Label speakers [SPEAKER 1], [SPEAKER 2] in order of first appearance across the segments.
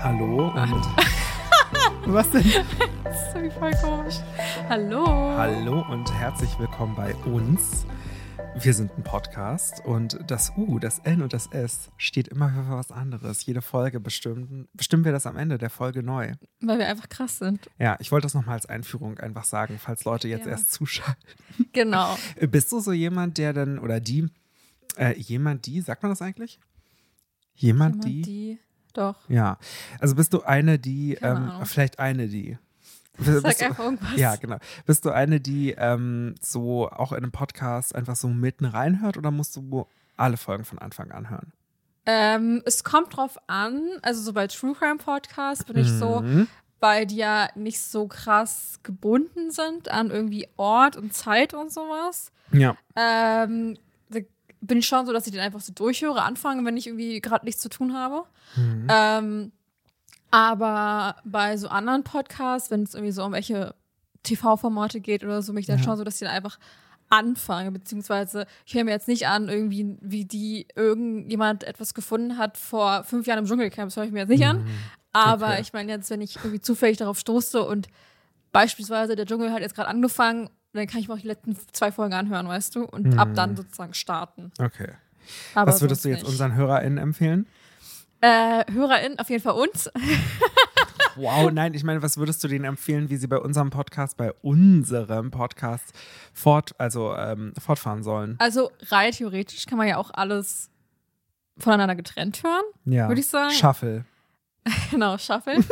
[SPEAKER 1] Hallo und. Was denn?
[SPEAKER 2] Das ist irgendwie voll komisch. Hallo.
[SPEAKER 1] Hallo und herzlich willkommen bei uns. Wir sind ein Podcast und das U, das N und das S steht immer für was anderes. Jede Folge bestimmen, bestimmen wir das am Ende der Folge neu.
[SPEAKER 2] Weil wir einfach krass sind.
[SPEAKER 1] Ja, ich wollte das nochmal als Einführung einfach sagen, falls Leute jetzt
[SPEAKER 2] Ja.
[SPEAKER 1] erst zuschalten.
[SPEAKER 2] Genau.
[SPEAKER 1] Bist du so jemand, der dann, oder die, äh, jemand, die, sagt man das eigentlich? Jemand, die?
[SPEAKER 2] Doch.
[SPEAKER 1] Ja, also bist du eine, die,
[SPEAKER 2] Keine
[SPEAKER 1] ähm,
[SPEAKER 2] Ahnung.
[SPEAKER 1] vielleicht eine, die.
[SPEAKER 2] Sag
[SPEAKER 1] bist du,
[SPEAKER 2] einfach irgendwas.
[SPEAKER 1] ja, genau. Bist du eine, die ähm, so auch in einem Podcast einfach so mitten reinhört oder musst du alle Folgen von Anfang an hören?
[SPEAKER 2] Ähm, es kommt drauf an, also so bei True Crime Podcasts bin ich so,
[SPEAKER 1] Mhm.
[SPEAKER 2] weil die ja nicht so krass gebunden sind an irgendwie Ort und Zeit und sowas.
[SPEAKER 1] Ja,
[SPEAKER 2] Ähm, da bin ich schon so, dass ich den einfach so durchhöre, anfange, wenn ich irgendwie gerade nichts zu tun habe.
[SPEAKER 1] Mhm.
[SPEAKER 2] Ähm, aber bei so anderen Podcasts, wenn es irgendwie so um welche TV-Formate geht oder so, mich dann
[SPEAKER 1] Ja.
[SPEAKER 2] schon so, dass ich dann einfach anfange, beziehungsweise ich höre mir jetzt nicht an, irgendwie, wie die irgendjemand etwas gefunden hat vor fünf Jahren im Dschungelcamp, das höre ich mir jetzt
[SPEAKER 1] Mhm.
[SPEAKER 2] nicht an. Aber
[SPEAKER 1] Okay.
[SPEAKER 2] ich meine jetzt, wenn ich irgendwie zufällig darauf stoße und beispielsweise der Dschungel hat jetzt gerade angefangen, dann kann ich mir auch die letzten zwei Folgen anhören, weißt du? Und ab
[SPEAKER 1] Mhm.
[SPEAKER 2] dann sozusagen starten.
[SPEAKER 1] okay.
[SPEAKER 2] Aber
[SPEAKER 1] Was würdest du
[SPEAKER 2] sonst
[SPEAKER 1] jetzt
[SPEAKER 2] nicht.
[SPEAKER 1] unseren HörerInnen empfehlen?
[SPEAKER 2] äh, HörerInnen, auf jeden Fall uns,
[SPEAKER 1] Wow, nein, ich meine, was würdest du denen empfehlen, wie sie bei unserem Podcast, bei unserem Podcast fort, also ähm, fortfahren sollen?
[SPEAKER 2] Also rein theoretisch kann man ja auch alles voneinander getrennt hören.
[SPEAKER 1] Ja.
[SPEAKER 2] Würde Äh, ich sagen-
[SPEAKER 1] Shuffle.
[SPEAKER 2] Genau, Shuffeln.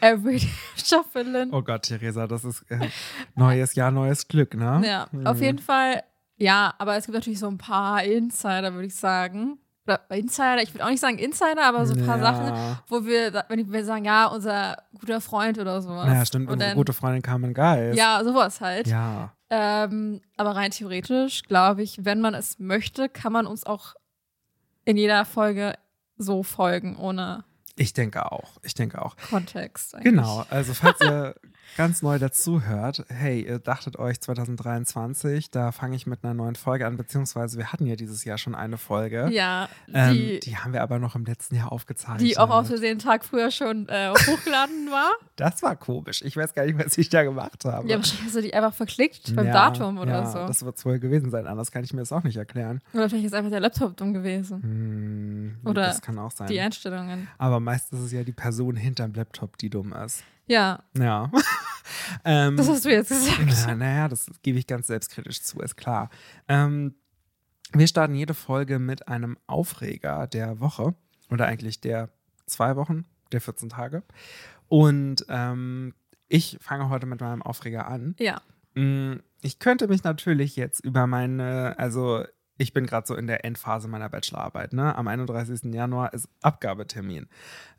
[SPEAKER 2] Every Shuffeln.
[SPEAKER 1] Oh Gott, Theresa, das ist äh, neues Jahr, neues Glück, ne?
[SPEAKER 2] Ja, auf jeden Fall. Ja, aber es gibt natürlich so ein paar Insider, würde ich sagen. Oder Insider, ich würde auch nicht sagen Insider, aber so ein paar
[SPEAKER 1] ja.
[SPEAKER 2] Sachen, wo wir, sa- wenn wir sagen, ja, unser guter Freund oder sowas.
[SPEAKER 1] Naja, stimmt,
[SPEAKER 2] Und
[SPEAKER 1] unsere
[SPEAKER 2] dann,
[SPEAKER 1] gute Freundin Carmen Geist.
[SPEAKER 2] Ja, sowas halt.
[SPEAKER 1] Ja.
[SPEAKER 2] Ähm, aber rein theoretisch, glaube ich, wenn man es möchte, kann man uns auch in jeder Folge so folgen, ohne
[SPEAKER 1] Ich denke auch. Ich denke auch.
[SPEAKER 2] Kontext. Eigentlich.
[SPEAKER 1] Genau. Also, falls ihr ganz neu dazu hört, hey, ihr dachtet euch 2023, da fange ich mit einer neuen Folge an, beziehungsweise wir hatten ja dieses Jahr schon eine Folge.
[SPEAKER 2] Ja, die,
[SPEAKER 1] ähm, die haben wir aber noch im letzten Jahr aufgezeichnet.
[SPEAKER 2] die auch aus Versehen einen Tag früher schon äh, hochgeladen war.
[SPEAKER 1] Das war komisch. Ich weiß gar nicht, was ich da gemacht habe.
[SPEAKER 2] Ja, wahrscheinlich hast du die einfach verklickt beim
[SPEAKER 1] Ja,
[SPEAKER 2] Datum oder
[SPEAKER 1] ja,
[SPEAKER 2] so.
[SPEAKER 1] Das wird es wohl gewesen sein, anders kann ich mir das auch nicht erklären.
[SPEAKER 2] Oder vielleicht ist einfach der Laptop dumm gewesen.
[SPEAKER 1] Hm,
[SPEAKER 2] Oder
[SPEAKER 1] das kann auch sein.
[SPEAKER 2] Die Einstellungen.
[SPEAKER 1] Aber meistens ist es ja die Person hinterm Laptop, die dumm ist.
[SPEAKER 2] Ja,
[SPEAKER 1] Ja. ähm,
[SPEAKER 2] das hast du jetzt gesagt.
[SPEAKER 1] na, naja, das gebe ich ganz selbstkritisch zu, ist klar. Ähm, wir starten jede Folge mit einem Aufreger der Woche oder eigentlich der zwei Wochen, der 14 Tage. Und ähm, ich fange heute mit meinem Aufreger an.
[SPEAKER 2] Ja,
[SPEAKER 1] Mm, Ich könnte mich natürlich jetzt über meine, also ich bin gerade so in der Endphase meiner Bachelorarbeit, ne? Am 31. Januar ist Abgabetermin.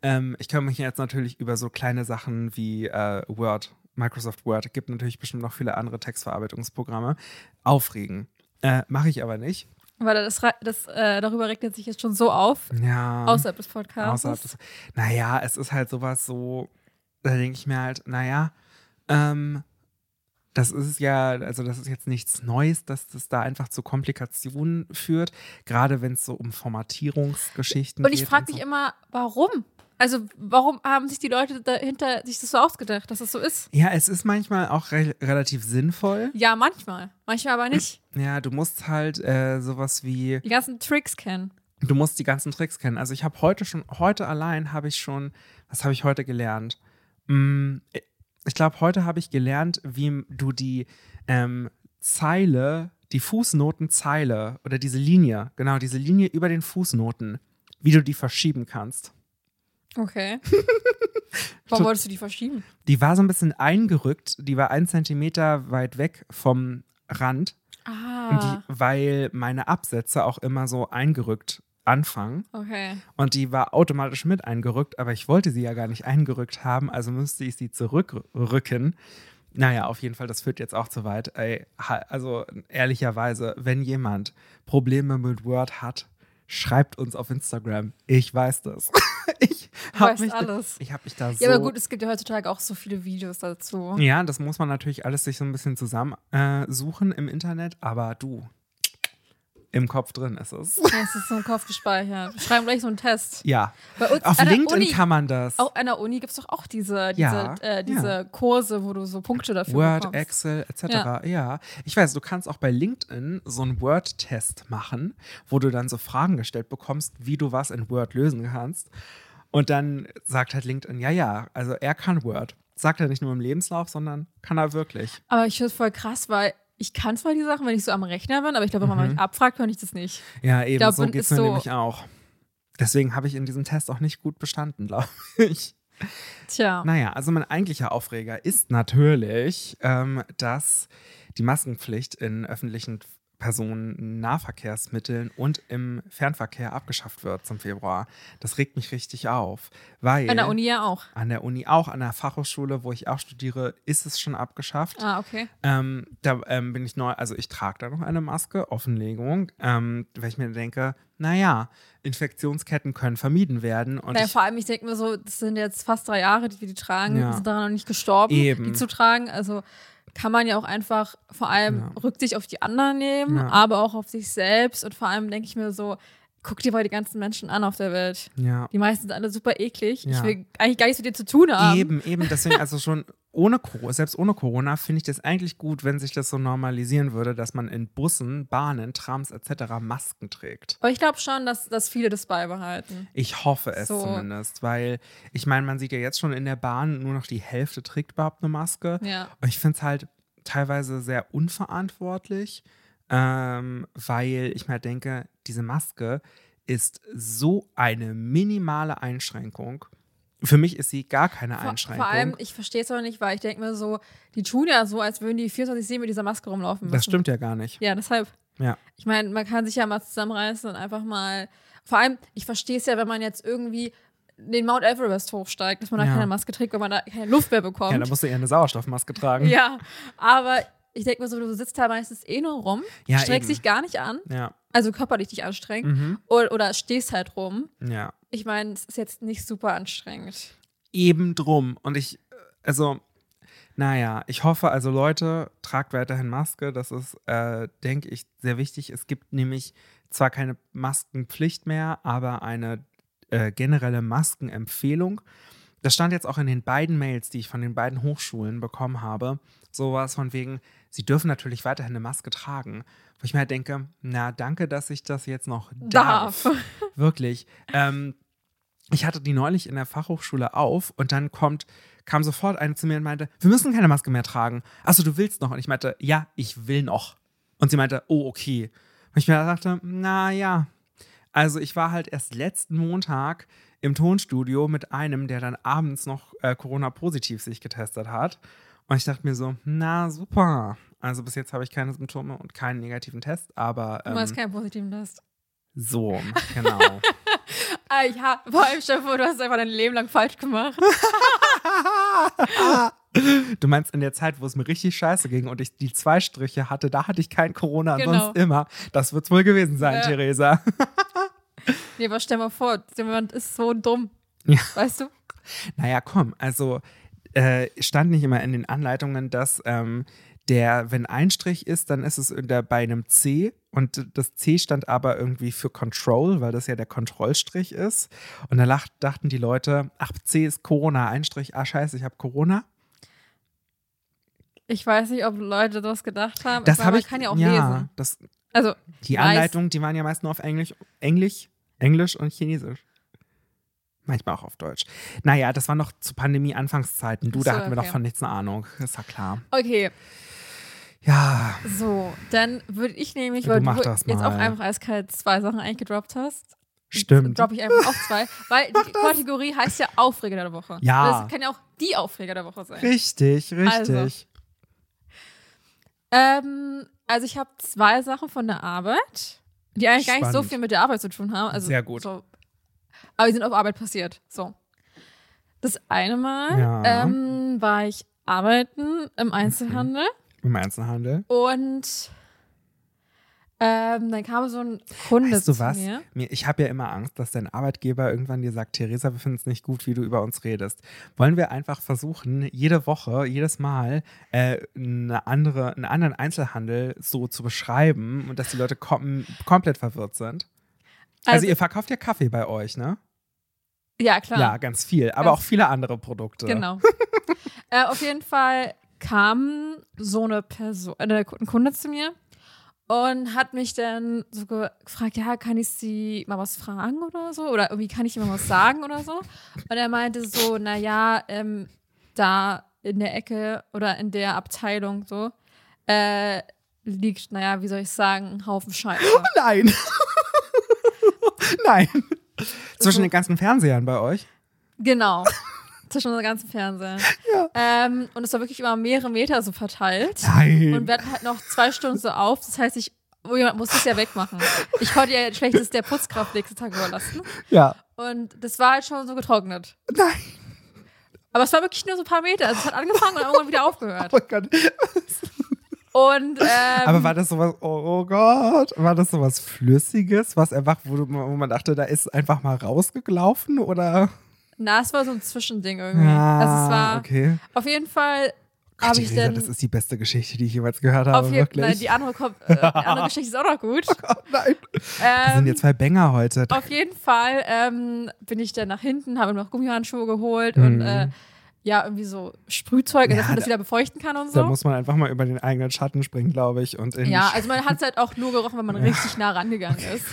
[SPEAKER 1] Ähm, ich könnte mich jetzt natürlich über so kleine Sachen wie äh, Word, Microsoft Word, gibt natürlich bestimmt noch viele andere Textverarbeitungsprogramme, aufregen. Äh, Mache ich aber nicht.
[SPEAKER 2] weil das, rei- das äh, darüber regnet sich jetzt schon so auf,
[SPEAKER 1] Ja.
[SPEAKER 2] außerhalb des Podcasts.
[SPEAKER 1] Außerhalb des, naja, es ist halt sowas so, da denke ich mir halt, naja, ähm, das ist ja, also das ist jetzt nichts Neues, dass das da einfach zu Komplikationen führt, gerade wenn es so um Formatierungsgeschichten
[SPEAKER 2] und
[SPEAKER 1] geht.
[SPEAKER 2] ich frage mich
[SPEAKER 1] so.
[SPEAKER 2] immer, warum? Also, warum haben sich die Leute dahinter sich das so ausgedacht, dass das so ist?
[SPEAKER 1] Ja, es ist manchmal auch re relativ sinnvoll.
[SPEAKER 2] Ja, manchmal. Manchmal aber nicht.
[SPEAKER 1] Ja, du musst halt äh, sowas wie,
[SPEAKER 2] Die ganzen Tricks kennen.
[SPEAKER 1] du musst die ganzen Tricks kennen. Also ich habe heute schon, heute allein habe ich schon, was habe ich heute gelernt? Mm, Ich glaube, heute habe ich gelernt, wie du die ähm, Zeile, die Fußnotenzeile oder diese Linie, genau, diese Linie über den Fußnoten, wie du die verschieben kannst.
[SPEAKER 2] Okay. Warum wolltest du die verschieben?
[SPEAKER 1] Die war so ein bisschen eingerückt, die war ein Zentimeter weit weg vom Rand,
[SPEAKER 2] Ah,
[SPEAKER 1] die, weil meine Absätze auch immer so eingerückt anfangen.
[SPEAKER 2] okay.
[SPEAKER 1] Und die war automatisch mit eingerückt, aber ich wollte sie ja gar nicht eingerückt haben, also müsste ich sie zurückrücken. Naja, auf jeden Fall, das führt jetzt auch zu weit. Ey, ha- also ehrlicherweise, wenn jemand Probleme mit Word hat, schreibt uns auf Instagram. Ich weiß das. ich habe
[SPEAKER 2] weißt
[SPEAKER 1] mich,
[SPEAKER 2] alles.
[SPEAKER 1] Ich hab mich da so.
[SPEAKER 2] Ja, aber gut, es gibt ja heutzutage auch so viele Videos dazu.
[SPEAKER 1] Ja, das muss äh, man natürlich alles sich so ein bisschen zusammensuchen im Internet, aber du. Im Kopf drin ist es.
[SPEAKER 2] Das ist so im Kopf gespeichert. Wir schreiben gleich so einen Test.
[SPEAKER 1] Ja.
[SPEAKER 2] Bei uns
[SPEAKER 1] Auf
[SPEAKER 2] an der
[SPEAKER 1] LinkedIn
[SPEAKER 2] Uni,
[SPEAKER 1] kann man das.
[SPEAKER 2] Auch an der Uni gibt es doch auch diese, diese,
[SPEAKER 1] Ja,
[SPEAKER 2] äh, diese
[SPEAKER 1] ja.
[SPEAKER 2] Kurse, wo du so Punkte dafür
[SPEAKER 1] Word,
[SPEAKER 2] bekommst.
[SPEAKER 1] Excel, etc. Ja.
[SPEAKER 2] Ja.
[SPEAKER 1] Ich weiß, du kannst auch bei LinkedIn so einen Word-Test machen, wo du dann so Fragen gestellt bekommst, wie du was in Word lösen kannst. Und dann sagt halt LinkedIn, ja, ja, also er kann Word. Sagt er nicht nur im Lebenslauf, sondern kann er wirklich.
[SPEAKER 2] Aber ich finde es voll krass, weil ich kann zwar die Sachen, wenn ich so am Rechner bin, aber ich glaube, wenn
[SPEAKER 1] Mhm.
[SPEAKER 2] man mich abfragt, kann ich das nicht.
[SPEAKER 1] Ja, eben,
[SPEAKER 2] glaub,
[SPEAKER 1] so
[SPEAKER 2] man
[SPEAKER 1] geht es
[SPEAKER 2] ist
[SPEAKER 1] mir
[SPEAKER 2] so-
[SPEAKER 1] nämlich auch. Deswegen habe ich in diesem Test auch nicht gut bestanden, glaube ich.
[SPEAKER 2] Tja.
[SPEAKER 1] Naja, also mein eigentlicher Aufreger ist natürlich, ähm, dass die Maskenpflicht in öffentlichen Personennahverkehrsmitteln und im Fernverkehr abgeschafft wird zum Februar. Das regt mich richtig auf, weil
[SPEAKER 2] An der Uni ja auch.
[SPEAKER 1] an der Uni auch, an der Fachhochschule, wo ich auch studiere, ist es schon abgeschafft.
[SPEAKER 2] Ah, okay.
[SPEAKER 1] Ähm, da ähm, bin ich neu, also ich trage da noch eine Maske, Offenlegung, ähm, weil ich mir denke, naja, Infektionsketten können vermieden werden. Und
[SPEAKER 2] Naja,
[SPEAKER 1] ich,
[SPEAKER 2] vor allem, ich denke mir so, das sind jetzt fast drei Jahre, die wir die tragen.
[SPEAKER 1] Ja.
[SPEAKER 2] Wir sind daran noch nicht gestorben,
[SPEAKER 1] Eben.
[SPEAKER 2] die zu tragen. Also kann man ja auch einfach vor allem
[SPEAKER 1] Ja.
[SPEAKER 2] Rücksicht auf die anderen nehmen,
[SPEAKER 1] Ja.
[SPEAKER 2] aber auch auf sich selbst. Und vor allem denke ich mir so, guck dir mal die ganzen Menschen an auf der Welt.
[SPEAKER 1] ja.
[SPEAKER 2] Die meisten sind alle super eklig.
[SPEAKER 1] Ja.
[SPEAKER 2] Ich will eigentlich gar nichts mit dir zu tun haben.
[SPEAKER 1] Eben, eben. Deswegen, also schon ohne Corona, selbst ohne Corona, finde ich das eigentlich gut, wenn sich das so normalisieren würde, dass man in Bussen, Bahnen, Trams etc. Masken trägt.
[SPEAKER 2] Aber ich glaube schon, dass, dass viele das beibehalten.
[SPEAKER 1] Ich hoffe es
[SPEAKER 2] So.
[SPEAKER 1] zumindest, weil ich meine, man sieht ja jetzt schon in der Bahn, nur noch die Hälfte trägt überhaupt eine Maske.
[SPEAKER 2] Ja.
[SPEAKER 1] Und ich finde es halt teilweise sehr unverantwortlich, ähm, weil ich mir denke, diese Maske ist so eine minimale Einschränkung. Für mich ist sie gar keine
[SPEAKER 2] Vor,
[SPEAKER 1] Einschränkung.
[SPEAKER 2] vor allem, ich verstehe es auch nicht, weil ich denke mir so, die tun ja so, als würden die 24-7 mit dieser Maske rumlaufen müssen.
[SPEAKER 1] das stimmt ja gar nicht.
[SPEAKER 2] Ja, deshalb.
[SPEAKER 1] Ja.
[SPEAKER 2] Ich meine, man kann sich ja mal zusammenreißen und einfach mal. Vor allem, ich verstehe es ja, wenn man jetzt irgendwie den Mount Everest hochsteigt, dass man da
[SPEAKER 1] Ja.
[SPEAKER 2] keine Maske trägt, weil man da keine Luft mehr
[SPEAKER 1] Ja, da
[SPEAKER 2] bekommt.
[SPEAKER 1] musst du eher eine Sauerstoffmaske tragen.
[SPEAKER 2] Ja, aber ich denke mir so, du sitzt da meistens eh nur rum,
[SPEAKER 1] Ja,
[SPEAKER 2] streckst
[SPEAKER 1] eben.
[SPEAKER 2] dich gar nicht an,
[SPEAKER 1] Ja,
[SPEAKER 2] also körperlich dich anstrengen
[SPEAKER 1] mhm.
[SPEAKER 2] oder, oder stehst halt rum.
[SPEAKER 1] ja.
[SPEAKER 2] Ich meine, es ist jetzt nicht super anstrengend.
[SPEAKER 1] Eben drum. Und ich, also, naja, ich hoffe, also Leute, tragt weiterhin Maske. Das ist, äh, denke ich, sehr wichtig. Es gibt nämlich zwar keine Maskenpflicht mehr, aber eine äh, generelle Maskenempfehlung. Das stand jetzt auch in den beiden Mails, die ich von den beiden Hochschulen bekommen habe. Sowas von wegen, sie dürfen natürlich weiterhin eine Maske tragen. Wo ich mir halt denke, na danke, dass ich das jetzt noch darf.
[SPEAKER 2] Darf.
[SPEAKER 1] Wirklich. Ähm, ich hatte die neulich in der Fachhochschule auf und dann kommt, kam sofort eine zu mir und meinte, wir müssen keine Maske mehr tragen. Achso, du willst noch? Und ich meinte, ja, ich will noch. Und sie meinte, oh, okay. Und ich mir dachte, naja. Also ich war halt erst letzten Montag im Tonstudio mit einem, der dann abends noch äh, Corona-positiv sich getestet hat. Und ich dachte mir so, na super. Also bis jetzt habe ich keine Symptome und keinen negativen Test, aber
[SPEAKER 2] Du hast
[SPEAKER 1] ähm,
[SPEAKER 2] keinen positiven Test.
[SPEAKER 1] so, genau.
[SPEAKER 2] Ah, ich hab, vor allem, Stefan, du hast einfach dein Leben lang falsch gemacht.
[SPEAKER 1] Du meinst in der Zeit, wo es mir richtig scheiße ging und ich die zwei Striche hatte, da hatte ich kein Corona,
[SPEAKER 2] Genau.
[SPEAKER 1] sonst immer. Das wird's wohl gewesen sein,
[SPEAKER 2] Ja.
[SPEAKER 1] Theresa.
[SPEAKER 2] Nee, aber stell mal vor, jemand ist so dumm.
[SPEAKER 1] Ja.
[SPEAKER 2] Weißt du?
[SPEAKER 1] Naja, komm, also äh, stand nicht immer in den Anleitungen, dass ähm, der, wenn ein Strich ist, dann ist es in der, bei einem C und das C stand aber irgendwie für Control, weil das ja der Kontrollstrich ist. Und da lacht, dachten die Leute, ach, C ist Corona, ein Strich, ah scheiße, ich habe Corona.
[SPEAKER 2] Ich weiß nicht, ob Leute das gedacht haben.
[SPEAKER 1] Das
[SPEAKER 2] aber
[SPEAKER 1] habe
[SPEAKER 2] man
[SPEAKER 1] ich
[SPEAKER 2] kann ja auch lesen.
[SPEAKER 1] Das,
[SPEAKER 2] Also,
[SPEAKER 1] Die
[SPEAKER 2] Weiß-
[SPEAKER 1] Anleitungen, die waren ja meist nur auf Englisch, Englisch, Englisch und Chinesisch. Manchmal auch auf Deutsch. Naja, das war noch zu Pandemie-Anfangszeiten. Du, da
[SPEAKER 2] Ach so,
[SPEAKER 1] hatten wir doch
[SPEAKER 2] okay.
[SPEAKER 1] von nichts eine Ahnung. Ist ja klar.
[SPEAKER 2] okay,
[SPEAKER 1] Ja,
[SPEAKER 2] so, dann würde ich nämlich,
[SPEAKER 1] Du
[SPEAKER 2] weil du,
[SPEAKER 1] mach das
[SPEAKER 2] jetzt
[SPEAKER 1] mal.
[SPEAKER 2] auch einfach eiskalt zwei Sachen eingedroppt hast,
[SPEAKER 1] stimmt.
[SPEAKER 2] droppe ich einfach auch zwei, weil die Kategorie heißt ja Aufreger der Woche.
[SPEAKER 1] Ja.
[SPEAKER 2] Das kann ja auch die Aufreger der Woche sein.
[SPEAKER 1] Richtig,
[SPEAKER 2] Also.
[SPEAKER 1] richtig.
[SPEAKER 2] Ähm, also ich habe zwei Sachen von der Arbeit, die eigentlich gar nicht so
[SPEAKER 1] Spannend.
[SPEAKER 2] viel mit der Arbeit zu tun haben. Also
[SPEAKER 1] Sehr gut.
[SPEAKER 2] So, aber die sind auf Arbeit passiert. So. Das eine Mal
[SPEAKER 1] Ja.
[SPEAKER 2] ähm, war ich arbeiten im Einzelhandel
[SPEAKER 1] Im Einzelhandel.
[SPEAKER 2] und Ähm, dann kam so ein Kunde
[SPEAKER 1] Weißt du
[SPEAKER 2] zu
[SPEAKER 1] was?
[SPEAKER 2] mir.
[SPEAKER 1] Mir- Ich habe ja immer Angst, dass dein Arbeitgeber irgendwann dir sagt, Theresa, wir finden es nicht gut, wie du über uns redest. Wollen wir einfach versuchen, jede Woche, jedes Mal äh, eine andere, einen anderen Einzelhandel so zu beschreiben und dass die Leute kom komplett verwirrt sind? Also, ihr verkauft ja Kaffee bei euch, ne?
[SPEAKER 2] ja, klar.
[SPEAKER 1] Ja, ganz viel, aber
[SPEAKER 2] Ganz-
[SPEAKER 1] auch viele andere Produkte.
[SPEAKER 2] Genau. äh, auf jeden Fall kam so eine Person, äh, ein Kunde zu mir und hat mich dann so ge- gefragt, ja, kann ich sie mal was fragen oder so? Oder irgendwie kann ich ihr mal was sagen oder so? Und er meinte so, naja, ähm, da in der Ecke oder in der Abteilung so, äh, liegt, naja, wie soll ich sagen, ein Haufen Scheiße.
[SPEAKER 1] Nein. Nein.
[SPEAKER 2] Also
[SPEAKER 1] Zwischen den ganzen Fernsehern bei euch.
[SPEAKER 2] Genau. Zwischen unserem ganzen Fernsehen. Ähm, und es war wirklich über mehrere Meter so verteilt.
[SPEAKER 1] Nein.
[SPEAKER 2] Und wir hatten halt noch zwei Stunden so auf. Das heißt, ich oh, jemand musste es ja wegmachen. Ich konnte ja schlecht es der Putzkraft nächsten Tag überlassen.
[SPEAKER 1] ja.
[SPEAKER 2] Und das war halt schon so getrocknet.
[SPEAKER 1] Nein.
[SPEAKER 2] Aber es war wirklich nur so ein paar Meter. Also es hat angefangen und irgendwann wieder aufgehört.
[SPEAKER 1] Oh Gott.
[SPEAKER 2] Und ähm,
[SPEAKER 1] Aber war das sowas, oh oh Gott, war das sowas Flüssiges, was einfach, wo, du, wo man dachte, da ist einfach mal rausgelaufen oder?
[SPEAKER 2] na, es war so ein Zwischending irgendwie. also es war
[SPEAKER 1] Ah, okay.
[SPEAKER 2] auf jeden Fall
[SPEAKER 1] Gott,
[SPEAKER 2] habe ich
[SPEAKER 1] Theresa,
[SPEAKER 2] dann
[SPEAKER 1] das ist die beste Geschichte, die ich jemals gehört habe,
[SPEAKER 2] auf jeden
[SPEAKER 1] wirklich.
[SPEAKER 2] Fall die andere, kommt- äh, die andere Geschichte ist auch noch gut.
[SPEAKER 1] oh nein, das
[SPEAKER 2] Ähm,
[SPEAKER 1] sind jetzt zwei Bänger heute.
[SPEAKER 2] Auf jeden Fall ähm, bin ich dann nach hinten, habe mir noch Gummihandschuhe geholt und
[SPEAKER 1] Mhm.
[SPEAKER 2] äh, ja, irgendwie so Sprühzeug,
[SPEAKER 1] Ja,
[SPEAKER 2] dass man das
[SPEAKER 1] da-
[SPEAKER 2] wieder befeuchten kann und
[SPEAKER 1] Da
[SPEAKER 2] so.
[SPEAKER 1] muss man einfach mal über den eigenen Schatten springen, glaube ich. Und in
[SPEAKER 2] Ja, also man hat es halt auch nur gerochen, wenn man richtig nah rangegangen ist.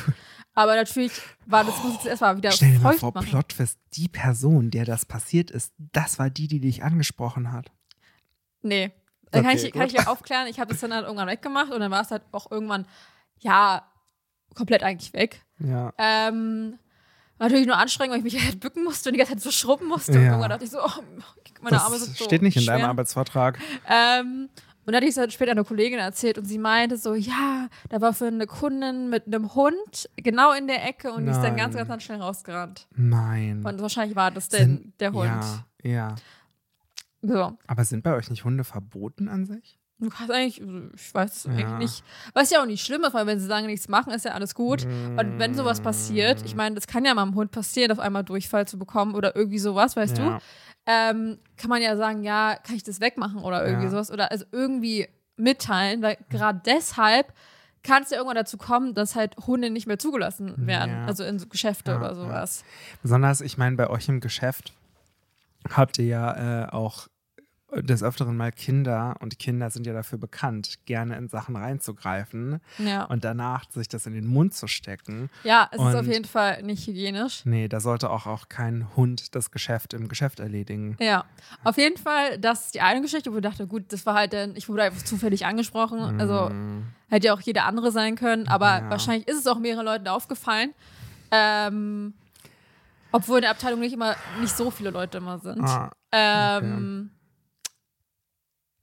[SPEAKER 2] Aber natürlich war das, muss ich jetzt erstmal wieder
[SPEAKER 1] Stell dir mal
[SPEAKER 2] feucht
[SPEAKER 1] vor,
[SPEAKER 2] machen.
[SPEAKER 1] Plotfest, die Person, der das passiert ist, das war die, die dich angesprochen hat.
[SPEAKER 2] Nee. Dann kann,
[SPEAKER 1] Okay,
[SPEAKER 2] ich, kann ich ja aufklären, ich habe das dann halt irgendwann weggemacht und dann war es halt auch irgendwann, ja, komplett eigentlich weg.
[SPEAKER 1] Ja.
[SPEAKER 2] Ähm, war natürlich nur anstrengend, weil ich mich halt bücken musste und die ganze Zeit so schrubben musste. Und
[SPEAKER 1] Ja.
[SPEAKER 2] irgendwann dachte ich so, oh, meine Arme sind
[SPEAKER 1] das
[SPEAKER 2] so
[SPEAKER 1] steht nicht in deinem
[SPEAKER 2] schwer.
[SPEAKER 1] Arbeitsvertrag.
[SPEAKER 2] Ähm, und dann hatte ich es halt später einer Kollegin erzählt und sie meinte so, ja, da war für eine Kundin mit einem Hund genau in der Ecke und die ist dann
[SPEAKER 1] Nein.
[SPEAKER 2] ganz, ganz, ganz schnell rausgerannt.
[SPEAKER 1] Nein.
[SPEAKER 2] Und wahrscheinlich war das denn
[SPEAKER 1] Sind-
[SPEAKER 2] der Hund.
[SPEAKER 1] Ja, ja.
[SPEAKER 2] So.
[SPEAKER 1] Aber sind bei euch nicht Hunde verboten an sich?
[SPEAKER 2] Du kannst eigentlich, ich weiß es
[SPEAKER 1] Ja.
[SPEAKER 2] eigentlich nicht, was ja auch nicht schlimm ist, weil wenn sie sagen, nichts machen, ist ja alles gut. Und wenn sowas passiert,
[SPEAKER 1] Mm.
[SPEAKER 2] ich meine, das kann ja mal einem Hund passieren, auf einmal Durchfall zu bekommen oder irgendwie sowas, weißt du?
[SPEAKER 1] ja.
[SPEAKER 2] ähm, kann man ja sagen, ja, kann ich das wegmachen oder irgendwie
[SPEAKER 1] Ja.
[SPEAKER 2] sowas oder also irgendwie mitteilen, weil gerade deshalb kann es ja irgendwann dazu kommen, dass halt Hunde nicht mehr zugelassen werden,
[SPEAKER 1] Mhm, Ja.
[SPEAKER 2] also in so Geschäfte
[SPEAKER 1] Ja,
[SPEAKER 2] oder
[SPEAKER 1] ja.
[SPEAKER 2] sowas.
[SPEAKER 1] Besonders, ich meine, bei euch im Geschäft habt ihr ja äh, auch des Öfteren mal Kinder und Kinder sind ja dafür bekannt, gerne in Sachen reinzugreifen
[SPEAKER 2] Ja,
[SPEAKER 1] und danach sich das in den Mund zu stecken.
[SPEAKER 2] ja es ist auf
[SPEAKER 1] und-
[SPEAKER 2] jeden Fall nicht hygienisch.
[SPEAKER 1] Nee, da sollte auch, auch kein Hund das Geschäft im Geschäft erledigen.
[SPEAKER 2] Ja, auf jeden Fall, das ist die eine Geschichte, wo ich dachte, gut, das war halt dann, ich wurde einfach zufällig angesprochen, also
[SPEAKER 1] Mm.
[SPEAKER 2] hätte ja auch jeder andere sein können, aber
[SPEAKER 1] Ja.
[SPEAKER 2] wahrscheinlich ist es auch mehreren Leuten aufgefallen. Ähm, obwohl in der Abteilung nicht immer nicht so viele Leute immer sind.
[SPEAKER 1] Ah,
[SPEAKER 2] Ähm,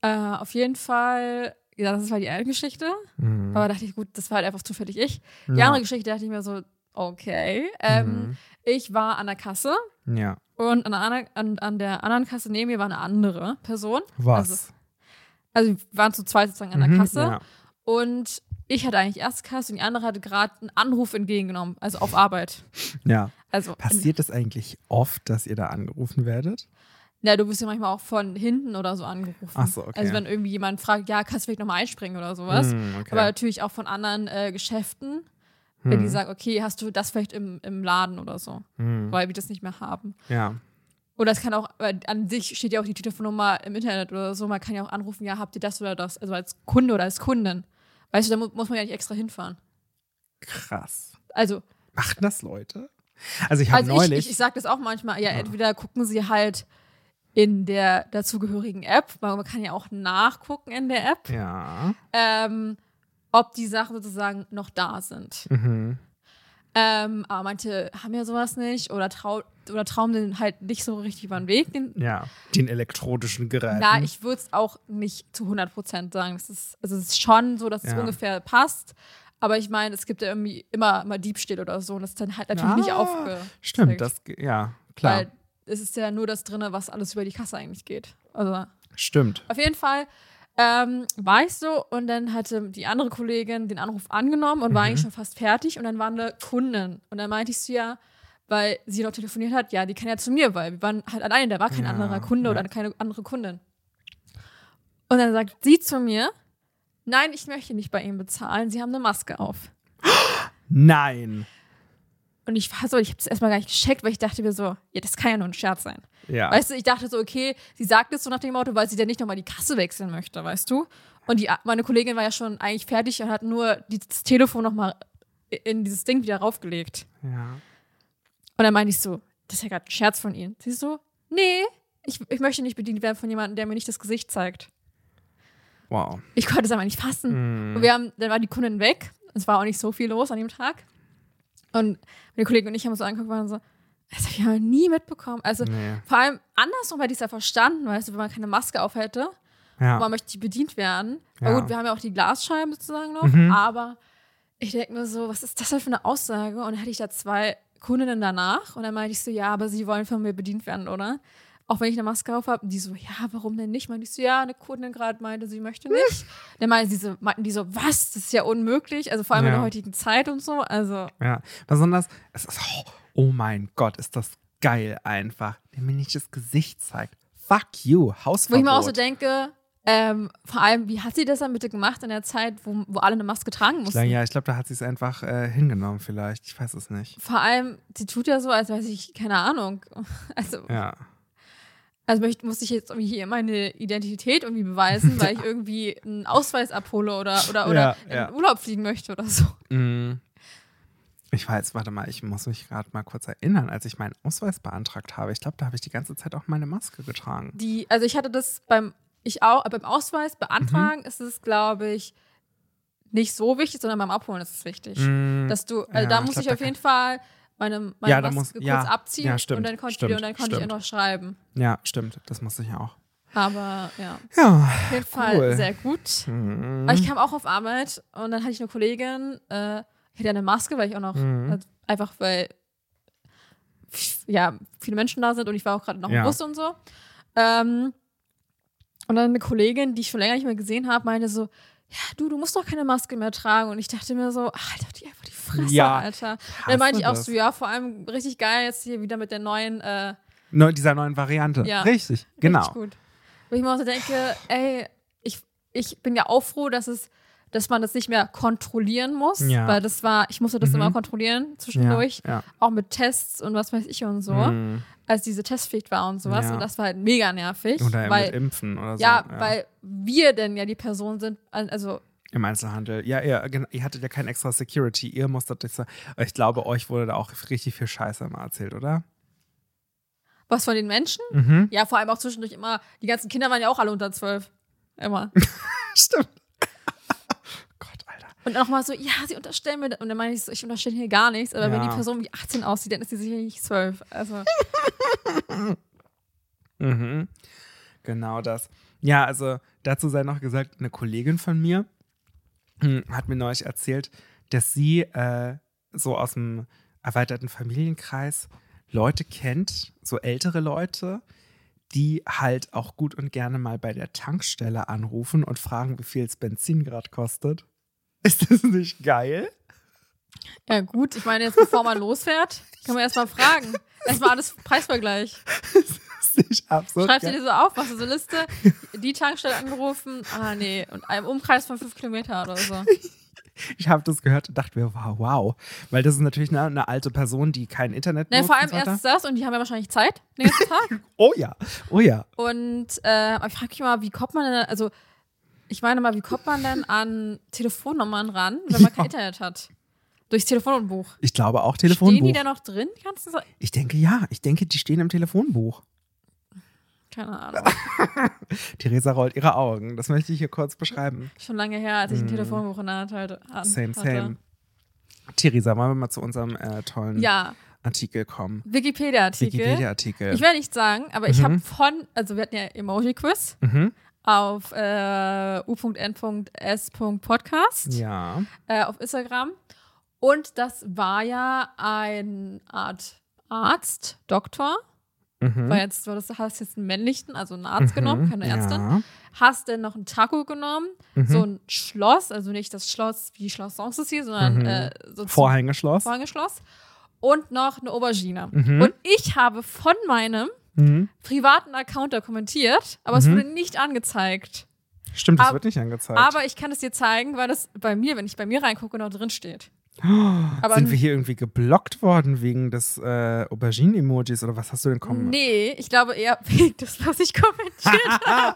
[SPEAKER 2] äh, auf jeden Fall, ja, das war die eine Geschichte.
[SPEAKER 1] mm.
[SPEAKER 2] Aber dachte ich, gut, das war halt einfach zufällig ich. Die
[SPEAKER 1] Ja. Mhm.
[SPEAKER 2] andere Geschichte dachte ich mir so, okay. Ähm, Ich war an der Kasse
[SPEAKER 1] ja,
[SPEAKER 2] und an der, ander- an, an der anderen Kasse neben mir war eine andere Person. Also,
[SPEAKER 1] was?
[SPEAKER 2] also wir waren zu zweit sozusagen an der
[SPEAKER 1] Mhm,
[SPEAKER 2] Kasse.
[SPEAKER 1] Ja.
[SPEAKER 2] Und ich hatte eigentlich erste Kasse und die andere hatte gerade einen Anruf entgegengenommen, also auf Arbeit.
[SPEAKER 1] ja.
[SPEAKER 2] Also,
[SPEAKER 1] Passiert es eigentlich oft, dass ihr da angerufen werdet?
[SPEAKER 2] na, du wirst ja manchmal auch von hinten oder so angerufen.
[SPEAKER 1] Ach so, okay.
[SPEAKER 2] Also, wenn irgendwie jemand fragt, ja, kannst du vielleicht nochmal einspringen oder sowas.
[SPEAKER 1] Mm, okay. Hm,
[SPEAKER 2] Aber natürlich auch von anderen äh, Geschäften, wenn die sagen, okay, hast du das vielleicht im, im Laden oder so,
[SPEAKER 1] Mm,
[SPEAKER 2] weil wir das nicht mehr haben.
[SPEAKER 1] ja.
[SPEAKER 2] Oder es kann auch, weil an sich steht ja auch die Telefonnummer im Internet oder so, man kann ja auch anrufen, ja, habt ihr das oder das, also als Kunde oder als Kundin. Weißt du, da mu muss man ja nicht extra hinfahren.
[SPEAKER 1] Krass.
[SPEAKER 2] Also,
[SPEAKER 1] Machen das Leute? Also ich habe
[SPEAKER 2] also ich,
[SPEAKER 1] neulich.
[SPEAKER 2] ich, ich sage das auch manchmal, ja, entweder gucken sie halt in der dazugehörigen App, weil man kann ja auch nachgucken in der App,
[SPEAKER 1] ja.
[SPEAKER 2] ähm, ob die Sachen sozusagen noch da sind.
[SPEAKER 1] Mhm.
[SPEAKER 2] Ähm, aber manche haben ja sowas nicht oder, trau oder trauen den halt nicht so richtig über den Weg. Den
[SPEAKER 1] Ja. Den elektronischen Gerät.
[SPEAKER 2] Na, ich würde es auch nicht zu 100% sagen. Es ist, also es ist schon so, dass es
[SPEAKER 1] Ja.
[SPEAKER 2] ungefähr passt. Aber ich meine, es gibt ja irgendwie immer mal Diebstähle oder so. Und das ist dann halt natürlich nicht
[SPEAKER 1] Ah,
[SPEAKER 2] aufge.
[SPEAKER 1] Stimmt, das ge- ja, klar.
[SPEAKER 2] Weil es ist ja nur das drinne, was alles über die Kasse eigentlich geht. Also
[SPEAKER 1] Stimmt.
[SPEAKER 2] auf jeden Fall Ähm, war ich so und dann hatte die andere Kollegin den Anruf angenommen
[SPEAKER 1] Mhm.
[SPEAKER 2] und war eigentlich schon fast fertig und dann waren wir Kunden. Und dann meinte ich zu ihr, weil sie noch telefoniert hat, ja, die kann ja zu mir, weil wir waren halt alleine, da war kein
[SPEAKER 1] Ja,
[SPEAKER 2] anderer Kunde
[SPEAKER 1] ja.
[SPEAKER 2] oder keine andere Kundin. Und dann sagt sie zu mir, nein, ich möchte nicht bei ihnen bezahlen, sie haben eine Maske auf.
[SPEAKER 1] Nein.
[SPEAKER 2] Und ich war so, ich habe es erstmal gar nicht gescheckt, weil ich dachte mir so, ja, das kann ja nur ein Scherz sein.
[SPEAKER 1] Ja.
[SPEAKER 2] Weißt du, ich dachte so, okay, sie sagt es so nach dem Motto, weil sie dann nicht nochmal die Kasse wechseln möchte, weißt du? Und die, meine Kollegin war ja schon eigentlich fertig und hat nur die- das Telefon nochmal in dieses Ding wieder raufgelegt.
[SPEAKER 1] ja.
[SPEAKER 2] Und dann meinte ich so, das ist ja gerade ein Scherz von ihnen. Sie so, nee, ich, ich möchte nicht bedient werden von jemandem, der mir nicht das Gesicht zeigt.
[SPEAKER 1] Wow.
[SPEAKER 2] Ich konnte es einfach nicht fassen.
[SPEAKER 1] Mhm.
[SPEAKER 2] Und wir haben, dann war die Kundin weg. Es war auch nicht so viel los an dem Tag. Und meine Kollegen und ich haben uns so angeguckt und waren so, das habe ich ja nie mitbekommen. Also
[SPEAKER 1] Nee.
[SPEAKER 2] vor allem andersrum hätte ich es ja verstanden, weißt du, wenn man keine Maske auf hätte und man
[SPEAKER 1] Ja.
[SPEAKER 2] möchte nicht bedient werden.
[SPEAKER 1] Ja.
[SPEAKER 2] Na gut, wir haben ja auch die Glasscheiben sozusagen noch,
[SPEAKER 1] Mhm.
[SPEAKER 2] aber ich denke mir so, was ist das denn für eine Aussage? Und dann hatte ich da zwei Kundinnen danach und dann meinte ich so, ja, aber sie wollen von mir bedient werden, oder? Auch wenn ich eine Maske auf habe, die so, ja, warum denn nicht? Meinte ich so, ja, eine Kundin gerade meinte, sie möchte nicht. dann meinten die, so, meinten die so, was? Das ist ja unmöglich. Also vor allem in der
[SPEAKER 1] Ja.
[SPEAKER 2] heutigen Zeit und so. Also
[SPEAKER 1] ja. Besonders, es ist, oh, oh mein Gott, ist das geil einfach. Der mir nicht das Gesicht zeigt. Fuck you, Hausverbot.
[SPEAKER 2] Wo ich mir auch so denke, ähm, vor allem, wie hat sie das dann bitte gemacht in der Zeit, wo, wo alle eine Maske tragen
[SPEAKER 1] Ich
[SPEAKER 2] mussten?
[SPEAKER 1] glaub, ja, ich glaube, da hat sie es einfach äh, hingenommen vielleicht. Ich weiß es nicht.
[SPEAKER 2] Vor allem, sie tut ja so, als weiß ich, keine Ahnung. Also,
[SPEAKER 1] Ja.
[SPEAKER 2] also möchte, muss ich jetzt irgendwie hier meine Identität irgendwie beweisen, weil ich irgendwie einen Ausweis abhole oder, oder, oder
[SPEAKER 1] Ja,
[SPEAKER 2] in
[SPEAKER 1] ja.
[SPEAKER 2] Urlaub fliegen möchte oder so.
[SPEAKER 1] Mm. Ich weiß, warte mal, ich muss mich gerade mal kurz erinnern, als ich meinen Ausweis beantragt habe. Ich glaube, da habe ich die ganze Zeit auch meine Maske getragen.
[SPEAKER 2] Die, also ich hatte das beim, ich auch, beim Ausweis
[SPEAKER 1] Mhm.
[SPEAKER 2] beantragen ist es, glaube ich, nicht so wichtig, sondern beim Abholen ist es wichtig.
[SPEAKER 1] Mm.
[SPEAKER 2] dass du, also
[SPEAKER 1] Ja,
[SPEAKER 2] da
[SPEAKER 1] ich
[SPEAKER 2] muss
[SPEAKER 1] glaub,
[SPEAKER 2] ich,
[SPEAKER 1] da
[SPEAKER 2] auf
[SPEAKER 1] kann-
[SPEAKER 2] jeden Fall meine, meine
[SPEAKER 1] Ja, da
[SPEAKER 2] Maske
[SPEAKER 1] muss-
[SPEAKER 2] kurz
[SPEAKER 1] ja.
[SPEAKER 2] abziehen
[SPEAKER 1] Ja, stimmt,
[SPEAKER 2] und dann konnte,
[SPEAKER 1] stimmt,
[SPEAKER 2] und dann konnte ich
[SPEAKER 1] stimmt.
[SPEAKER 2] auch noch schreiben.
[SPEAKER 1] ja, stimmt, das musste ich auch.
[SPEAKER 2] Aber ja,
[SPEAKER 1] Ja.
[SPEAKER 2] auf jeden Fall
[SPEAKER 1] cool.
[SPEAKER 2] sehr gut.
[SPEAKER 1] Mm.
[SPEAKER 2] Aber Ah, ich kam auch auf Arbeit und dann hatte ich eine Kollegin, äh, ich hatte eine Maske, weil ich auch noch
[SPEAKER 1] Mhm.
[SPEAKER 2] also einfach, weil ja, viele Menschen da sind und ich war auch gerade noch
[SPEAKER 1] Ja.
[SPEAKER 2] im Bus und so. Ähm, und dann eine Kollegin, die ich schon länger nicht mehr gesehen habe, meinte so, ja, du, du musst doch keine Maske mehr tragen. Und ich dachte mir so, halt doch die einfach die Fresse,
[SPEAKER 1] Ja.
[SPEAKER 2] Alter.
[SPEAKER 1] Hasse
[SPEAKER 2] Dann meinte ich auch
[SPEAKER 1] das.
[SPEAKER 2] so, ja, vor allem richtig geil jetzt hier wieder mit der neuen, äh,
[SPEAKER 1] Neu, dieser neuen Variante.
[SPEAKER 2] Ja.
[SPEAKER 1] Richtig, genau.
[SPEAKER 2] richtig gut. Wo ich mir auch so denke, ey, ich, ich bin ja auch froh, dass es, dass man das nicht mehr kontrollieren muss,
[SPEAKER 1] Ja.
[SPEAKER 2] weil das war, ich musste das
[SPEAKER 1] Mhm.
[SPEAKER 2] immer kontrollieren
[SPEAKER 1] Ja,
[SPEAKER 2] zwischendurch,
[SPEAKER 1] ja.
[SPEAKER 2] auch mit Tests und was weiß ich und so,
[SPEAKER 1] Mm.
[SPEAKER 2] als diese Testpflicht war und sowas
[SPEAKER 1] Ja.
[SPEAKER 2] und das war halt mega nervig,
[SPEAKER 1] Oder mit
[SPEAKER 2] weil
[SPEAKER 1] Impfen oder so.
[SPEAKER 2] ja, weil wir denn ja die Person sind, also
[SPEAKER 1] Im Einzelhandel. Ja, ihr, gen- ihr hattet ja kein extra Security. Ihr musstet das. Ich glaube, euch wurde da auch richtig viel Scheiße immer erzählt, oder?
[SPEAKER 2] was von den Menschen,
[SPEAKER 1] Mhm.
[SPEAKER 2] ja, vor allem auch zwischendurch immer, die ganzen Kinder waren ja auch alle unter zwölf, immer.
[SPEAKER 1] Stimmt. Gott, Alter.
[SPEAKER 2] Und auch mal so, ja, sie unterstellen mir. das. Und dann meine ich so, ich unterstelle hier gar nichts. Aber wenn
[SPEAKER 1] Ja.
[SPEAKER 2] die Person wie 18 aussieht, dann ist sie sicherlich nicht 12. Also,
[SPEAKER 1] Mhm. Genau das. Ja, also dazu sei noch gesagt, eine Kollegin von mir hm, hat mir neulich erzählt, dass sie äh, so aus dem erweiterten Familienkreis Leute kennt, so ältere Leute, die halt auch gut und gerne mal bei der Tankstelle anrufen und fragen, wie viel es Benzin gerade kostet. Ist das nicht geil?
[SPEAKER 2] ja, gut. Ich meine, jetzt bevor man losfährt, kann man erstmal fragen. Erstmal alles Preisvergleich.
[SPEAKER 1] Ist das nicht absurd?
[SPEAKER 2] Schreibst du
[SPEAKER 1] geil?
[SPEAKER 2] dir so auf, machst du so eine Liste, die Tankstelle angerufen, ah nee, und einem Umkreis von 5 Kilometer oder so.
[SPEAKER 1] Ich habe das gehört und dachte mir, wow, wow. Weil das ist natürlich eine, eine alte Person, die kein Internet
[SPEAKER 2] Nein,
[SPEAKER 1] benutzt
[SPEAKER 2] vor
[SPEAKER 1] und
[SPEAKER 2] allem
[SPEAKER 1] so weiter.
[SPEAKER 2] erst das und die haben ja wahrscheinlich Zeit den ganzen Tag.
[SPEAKER 1] Oh ja, oh ja.
[SPEAKER 2] Und äh, aber ich frage mich mal, wie kommt man denn, also ich meine mal, wie kommt man denn an Telefonnummern ran, wenn man kein
[SPEAKER 1] Ja.
[SPEAKER 2] Internet hat? Durchs Telefonbuch.
[SPEAKER 1] Ich glaube auch Telefonbuch.
[SPEAKER 2] Stehen die da noch drin? die Ganzen Sa-
[SPEAKER 1] ich denke ja, ich denke, die stehen im Telefonbuch.
[SPEAKER 2] Keine Ahnung.
[SPEAKER 1] Theresa rollt ihre Augen. Das möchte ich hier kurz beschreiben.
[SPEAKER 2] Schon lange her, als ich ein
[SPEAKER 1] Mm.
[SPEAKER 2] Telefonbuch in der Hand hatte. an-
[SPEAKER 1] Same,
[SPEAKER 2] hatte.
[SPEAKER 1] same. Theresa, wollen wir mal zu unserem äh, tollen
[SPEAKER 2] Ja,
[SPEAKER 1] Artikel kommen?
[SPEAKER 2] Wikipedia-Artikel.
[SPEAKER 1] Wikipedia-Artikel.
[SPEAKER 2] Ich werde nicht sagen, aber ich
[SPEAKER 1] Mhm.
[SPEAKER 2] habe von, also wir hatten ja Emoji-Quiz
[SPEAKER 1] Mhm.
[SPEAKER 2] auf äh, u.n.s.podcast
[SPEAKER 1] Ja.
[SPEAKER 2] äh, auf Instagram. Und das war ja eine Art Arzt, Doktor,
[SPEAKER 1] Mhm.
[SPEAKER 2] Weil jetzt, du hattest- hast jetzt einen männlichen, also einen Arzt genommen, keine Ärztin.
[SPEAKER 1] Ja.
[SPEAKER 2] Hast dann noch einen Taco genommen,
[SPEAKER 1] Mhm.
[SPEAKER 2] so ein Schloss, also nicht das Schloss wie Schloss Sanssouci, sondern
[SPEAKER 1] Mhm.
[SPEAKER 2] äh, so zum
[SPEAKER 1] Vorhängeschloss.
[SPEAKER 2] Vorhängeschloss. Und noch eine Aubergine.
[SPEAKER 1] Mhm.
[SPEAKER 2] Und ich habe von meinem
[SPEAKER 1] Mhm.
[SPEAKER 2] privaten Account da kommentiert, aber es
[SPEAKER 1] Mhm.
[SPEAKER 2] wurde nicht angezeigt.
[SPEAKER 1] Stimmt, das
[SPEAKER 2] Ab-
[SPEAKER 1] wird nicht angezeigt.
[SPEAKER 2] Aber ich kann es dir zeigen, weil das bei mir, wenn ich bei mir reingucke, noch drin steht. aber-
[SPEAKER 1] Sind wir hier irgendwie geblockt worden wegen des äh, Aubergine-Emojis oder was hast du denn kommen?
[SPEAKER 2] Nee, ich glaube eher wegen des, was ich kommentiert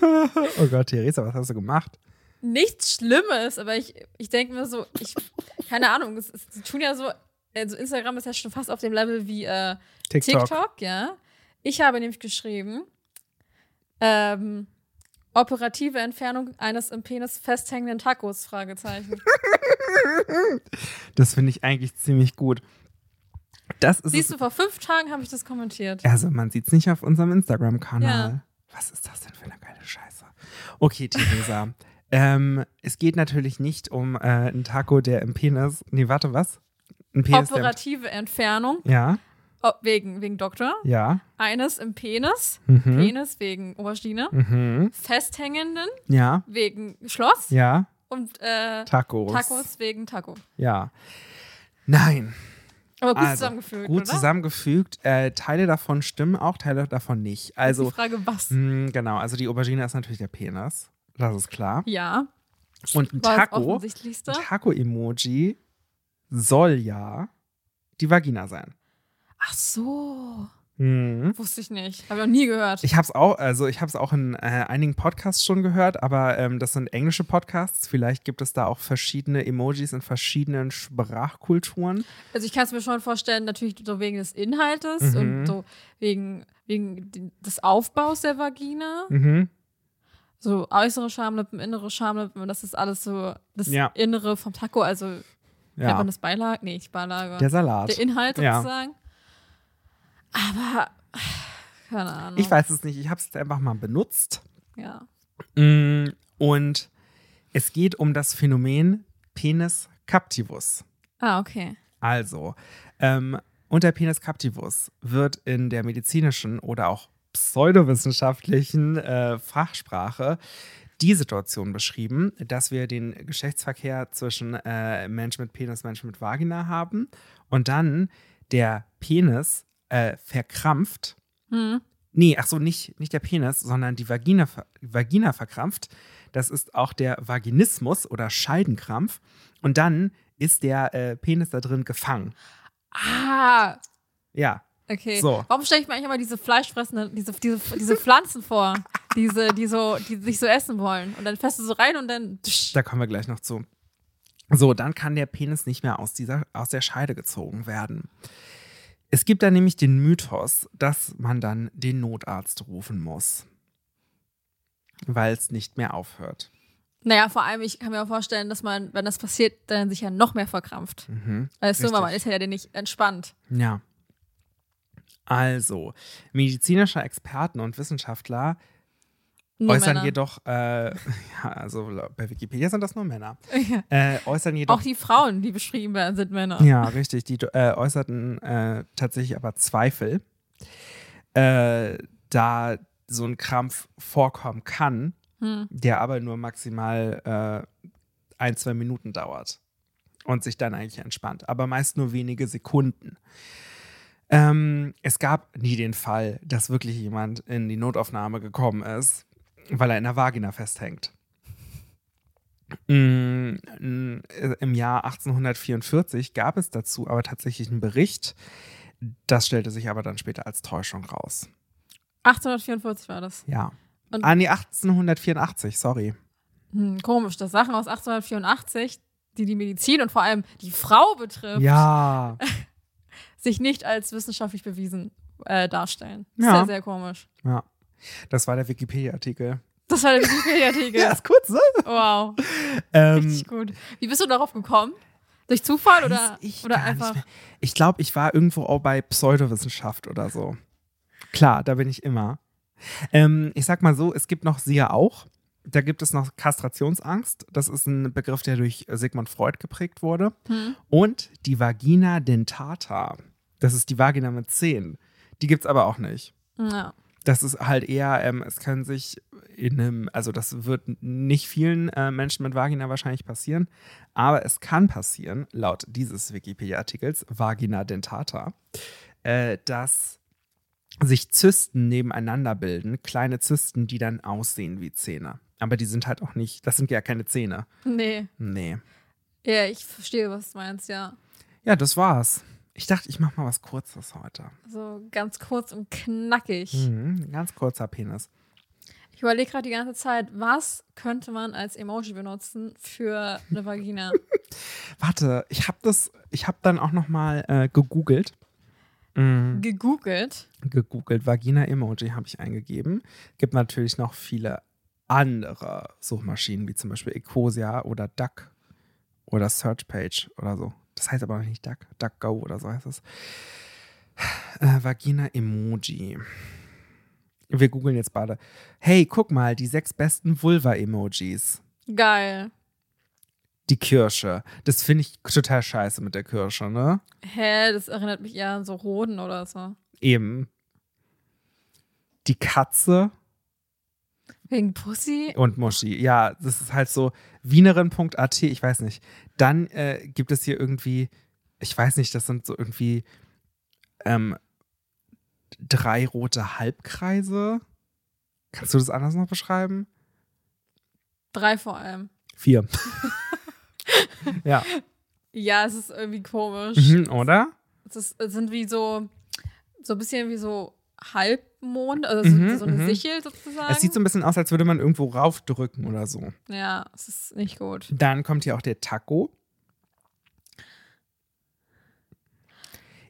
[SPEAKER 1] Oh Gott, Theresa, was hast du gemacht?
[SPEAKER 2] nichts Schlimmes, aber ich, ich denke mir so, ich, keine Ahnung, es, es, sie tun ja so, also Instagram ist ja schon fast auf dem Level wie äh,
[SPEAKER 1] TikTok.
[SPEAKER 2] TikTok. ja. Ich habe nämlich geschrieben, ähm, operative Entfernung eines im Penis festhängenden Tacos, Fragezeichen.
[SPEAKER 1] Das finde ich eigentlich ziemlich gut. Das ist
[SPEAKER 2] Siehst du, vor fünf Tagen habe ich das kommentiert.
[SPEAKER 1] Also man sieht es nicht auf unserem Instagram-Kanal.
[SPEAKER 2] Ja.
[SPEAKER 1] Was ist das denn für eine geile Scheiße? Okay, Theresa. ähm, es geht natürlich nicht um äh, einen Taco, der im Penis. Nee, warte, was? Ein Penis. Der
[SPEAKER 2] Operative Entfernung,
[SPEAKER 1] im, ja,
[SPEAKER 2] oh, wegen, wegen Doktor,
[SPEAKER 1] ja.
[SPEAKER 2] eines im Penis,
[SPEAKER 1] Mhm.
[SPEAKER 2] Penis wegen Aubergine,
[SPEAKER 1] Mhm.
[SPEAKER 2] festhängenden
[SPEAKER 1] Ja,
[SPEAKER 2] wegen Schloss
[SPEAKER 1] ja.
[SPEAKER 2] und äh,
[SPEAKER 1] Tacos.
[SPEAKER 2] Tacos wegen Taco.
[SPEAKER 1] Ja. Nein.
[SPEAKER 2] Aber gut
[SPEAKER 1] Also,
[SPEAKER 2] zusammengefügt,
[SPEAKER 1] Gut
[SPEAKER 2] oder?
[SPEAKER 1] zusammengefügt. Äh, Teile davon stimmen auch, Teile davon nicht.
[SPEAKER 2] Die
[SPEAKER 1] Also,
[SPEAKER 2] Frage, was?
[SPEAKER 1] mh, genau. Also die Aubergine ist natürlich der Penis. Das ist klar.
[SPEAKER 2] Ja,
[SPEAKER 1] Und ein
[SPEAKER 2] war das
[SPEAKER 1] Taco.
[SPEAKER 2] Offensichtlichste.
[SPEAKER 1] Ein Taco-Emoji soll ja die Vagina sein.
[SPEAKER 2] Ach so,
[SPEAKER 1] Mhm.
[SPEAKER 2] wusste ich nicht. Habe ich noch nie gehört.
[SPEAKER 1] Ich habe es auch, also ich habe es auch in äh, einigen Podcasts schon gehört, aber ähm, das sind englische Podcasts. Vielleicht gibt es da auch verschiedene Emojis in verschiedenen Sprachkulturen.
[SPEAKER 2] also ich kann es mir schon vorstellen, natürlich so wegen des Inhaltes
[SPEAKER 1] Mhm.
[SPEAKER 2] und so wegen, wegen den- des Aufbaus der Vagina.
[SPEAKER 1] Mhm.
[SPEAKER 2] So äußere Schamlippen, innere Schamlippen und das ist alles so das
[SPEAKER 1] Ja.
[SPEAKER 2] Innere vom Taco. Also nennt
[SPEAKER 1] Ja.
[SPEAKER 2] man das Beilage? Nee, nicht Beilage.
[SPEAKER 1] Der Salat.
[SPEAKER 2] Der Inhalt
[SPEAKER 1] Ja.
[SPEAKER 2] sozusagen. Aber, keine Ahnung.
[SPEAKER 1] Ich weiß es nicht. Ich habe es einfach mal benutzt.
[SPEAKER 2] Ja.
[SPEAKER 1] Mm, Und es geht um das Phänomen Penis captivus.
[SPEAKER 2] Ah, okay.
[SPEAKER 1] Also, ähm, unter Penis captivus wird in der medizinischen oder auch pseudowissenschaftlichen äh, Fachsprache die Situation beschrieben, dass wir den Geschlechtsverkehr zwischen äh, Mensch mit Penis, Mensch mit Vagina haben und dann der Penis äh, verkrampft.
[SPEAKER 2] Hm.
[SPEAKER 1] Nee, ach so, nicht, nicht der Penis, sondern die Vagina, ver- Vagina verkrampft. Das ist auch der Vaginismus oder Scheidenkrampf. Und dann ist der äh, Penis da drin gefangen.
[SPEAKER 2] Ah,
[SPEAKER 1] Ja,
[SPEAKER 2] Okay.
[SPEAKER 1] So.
[SPEAKER 2] Warum stelle ich mir eigentlich immer diese fleischfressenden, diese, diese, diese Pflanzen vor, diese, die so, die sich so essen wollen? Und dann fährst du so rein und dann.
[SPEAKER 1] da kommen wir gleich noch zu. So, dann kann der Penis nicht mehr aus, dieser, aus der Scheide gezogen werden. Es gibt da nämlich den Mythos, dass man dann den Notarzt rufen muss, weil es nicht mehr aufhört.
[SPEAKER 2] Naja, vor allem, ich kann mir auch vorstellen, dass man, wenn das passiert, dann sich ja noch mehr verkrampft.
[SPEAKER 1] Mhm.
[SPEAKER 2] Weißt du, weil
[SPEAKER 1] Richtig.
[SPEAKER 2] man ist ja dann nicht entspannt.
[SPEAKER 1] Ja. Also, medizinische Experten und Wissenschaftler
[SPEAKER 2] Nur
[SPEAKER 1] äußern
[SPEAKER 2] Männer.
[SPEAKER 1] jedoch, äh, ja, also la- bei Wikipedia sind das nur Männer,
[SPEAKER 2] Ja.
[SPEAKER 1] äh, äußern jedoch,
[SPEAKER 2] Auch die Frauen, die beschrieben werden, sind Männer.
[SPEAKER 1] ja, richtig, die äh, äußerten äh, tatsächlich aber Zweifel, äh, da so ein Krampf vorkommen kann,
[SPEAKER 2] Hm.
[SPEAKER 1] der aber nur maximal äh, ein, zwei Minuten dauert und sich dann eigentlich entspannt, aber meist nur wenige Sekunden. Ähm, es gab nie den Fall, dass wirklich jemand in die Notaufnahme gekommen ist, weil er in der Vagina festhängt. Mm, n- äh, Im Jahr 1844 gab es dazu aber tatsächlich einen Bericht. Das stellte sich aber dann später als Täuschung raus.
[SPEAKER 2] 1844 war das.
[SPEAKER 1] Ja.
[SPEAKER 2] Und-
[SPEAKER 1] ah, nee, 1884, sorry.
[SPEAKER 2] Hm, komisch, dass Sachen aus 1884, die die Medizin und vor allem die Frau betrifft,
[SPEAKER 1] Ja.
[SPEAKER 2] sich nicht als wissenschaftlich bewiesen äh, darstellen.
[SPEAKER 1] Ja.
[SPEAKER 2] Ist ja sehr komisch.
[SPEAKER 1] Ja. Das war der Wikipedia-Artikel.
[SPEAKER 2] Das war der Wikipedia-Artikel.
[SPEAKER 1] ist kurz, ne?
[SPEAKER 2] Wow,
[SPEAKER 1] Ähm,
[SPEAKER 2] richtig gut. Wie bist du darauf gekommen? Durch Zufall
[SPEAKER 1] weiß
[SPEAKER 2] oder,
[SPEAKER 1] ich
[SPEAKER 2] oder
[SPEAKER 1] gar
[SPEAKER 2] einfach?
[SPEAKER 1] Nicht mehr. Ich glaube, ich war irgendwo auch bei Pseudowissenschaft oder so. Klar, da bin ich immer. Ähm, ich sag mal so, es gibt noch Siehe auch. Da gibt es noch Kastrationsangst. Das ist ein Begriff, der durch Sigmund Freud geprägt wurde.
[SPEAKER 2] Hm?
[SPEAKER 1] Und die Vagina dentata. Das ist die Vagina mit Zehen. Die gibt es aber auch nicht.
[SPEAKER 2] Ja.
[SPEAKER 1] Das ist halt eher, ähm, es können sich in einem, also das wird nicht vielen äh, Menschen mit Vagina wahrscheinlich passieren, aber es kann passieren, laut dieses Wikipedia-Artikels, Vagina dentata, äh, dass sich Zysten nebeneinander bilden, kleine Zysten, die dann aussehen wie Zähne. Aber die sind halt auch nicht, das sind ja keine Zähne.
[SPEAKER 2] Nee.
[SPEAKER 1] Nee.
[SPEAKER 2] Ja, ich verstehe, was du meinst, ja.
[SPEAKER 1] Ja, das war's. Ich dachte, ich mach mal was Kurzes heute.
[SPEAKER 2] So ganz kurz und knackig.
[SPEAKER 1] Mhm, ein ganz kurzer Penis.
[SPEAKER 2] Ich überlege gerade die ganze Zeit, was könnte man als Emoji benutzen für eine Vagina?
[SPEAKER 1] Warte, ich habe das, ich habe dann auch noch mal äh, gegoogelt. Mhm.
[SPEAKER 2] Gegoogelt.
[SPEAKER 1] Gegoogelt, Vagina-Emoji habe ich eingegeben. Gibt natürlich noch viele andere Suchmaschinen, wie zum Beispiel Ecosia oder Duck oder Searchpage oder so. Das heißt aber noch nicht Duck, Duck Go oder so heißt es. Äh, Vagina-Emoji. Wir googeln jetzt beide. Hey, guck mal, die sechs besten Vulva-Emojis.
[SPEAKER 2] Geil.
[SPEAKER 1] Die Kirsche. Das finde ich total scheiße mit der Kirsche, ne?
[SPEAKER 2] Hä, das erinnert mich eher an so Roden oder so.
[SPEAKER 1] Eben. Die Katze
[SPEAKER 2] Wegen Pussy?
[SPEAKER 1] und Muschi. Ja, das ist halt so wienerin.at, ich weiß nicht. Dann äh, gibt es hier irgendwie, ich weiß nicht, das sind so irgendwie ähm, drei rote Halbkreise. Kannst du das anders noch beschreiben?
[SPEAKER 2] Drei vor allem.
[SPEAKER 1] Vier. ja,
[SPEAKER 2] Ja, es ist irgendwie komisch.
[SPEAKER 1] mhm, oder?
[SPEAKER 2] Es, ist, es sind wie so, so ein bisschen wie so Halbmond, also so,
[SPEAKER 1] Mhm,
[SPEAKER 2] so eine
[SPEAKER 1] mhm.
[SPEAKER 2] Sichel sozusagen.
[SPEAKER 1] Es sieht so ein bisschen aus, als würde man irgendwo raufdrücken oder so.
[SPEAKER 2] ja, es ist nicht gut.
[SPEAKER 1] Dann kommt hier auch der Taco.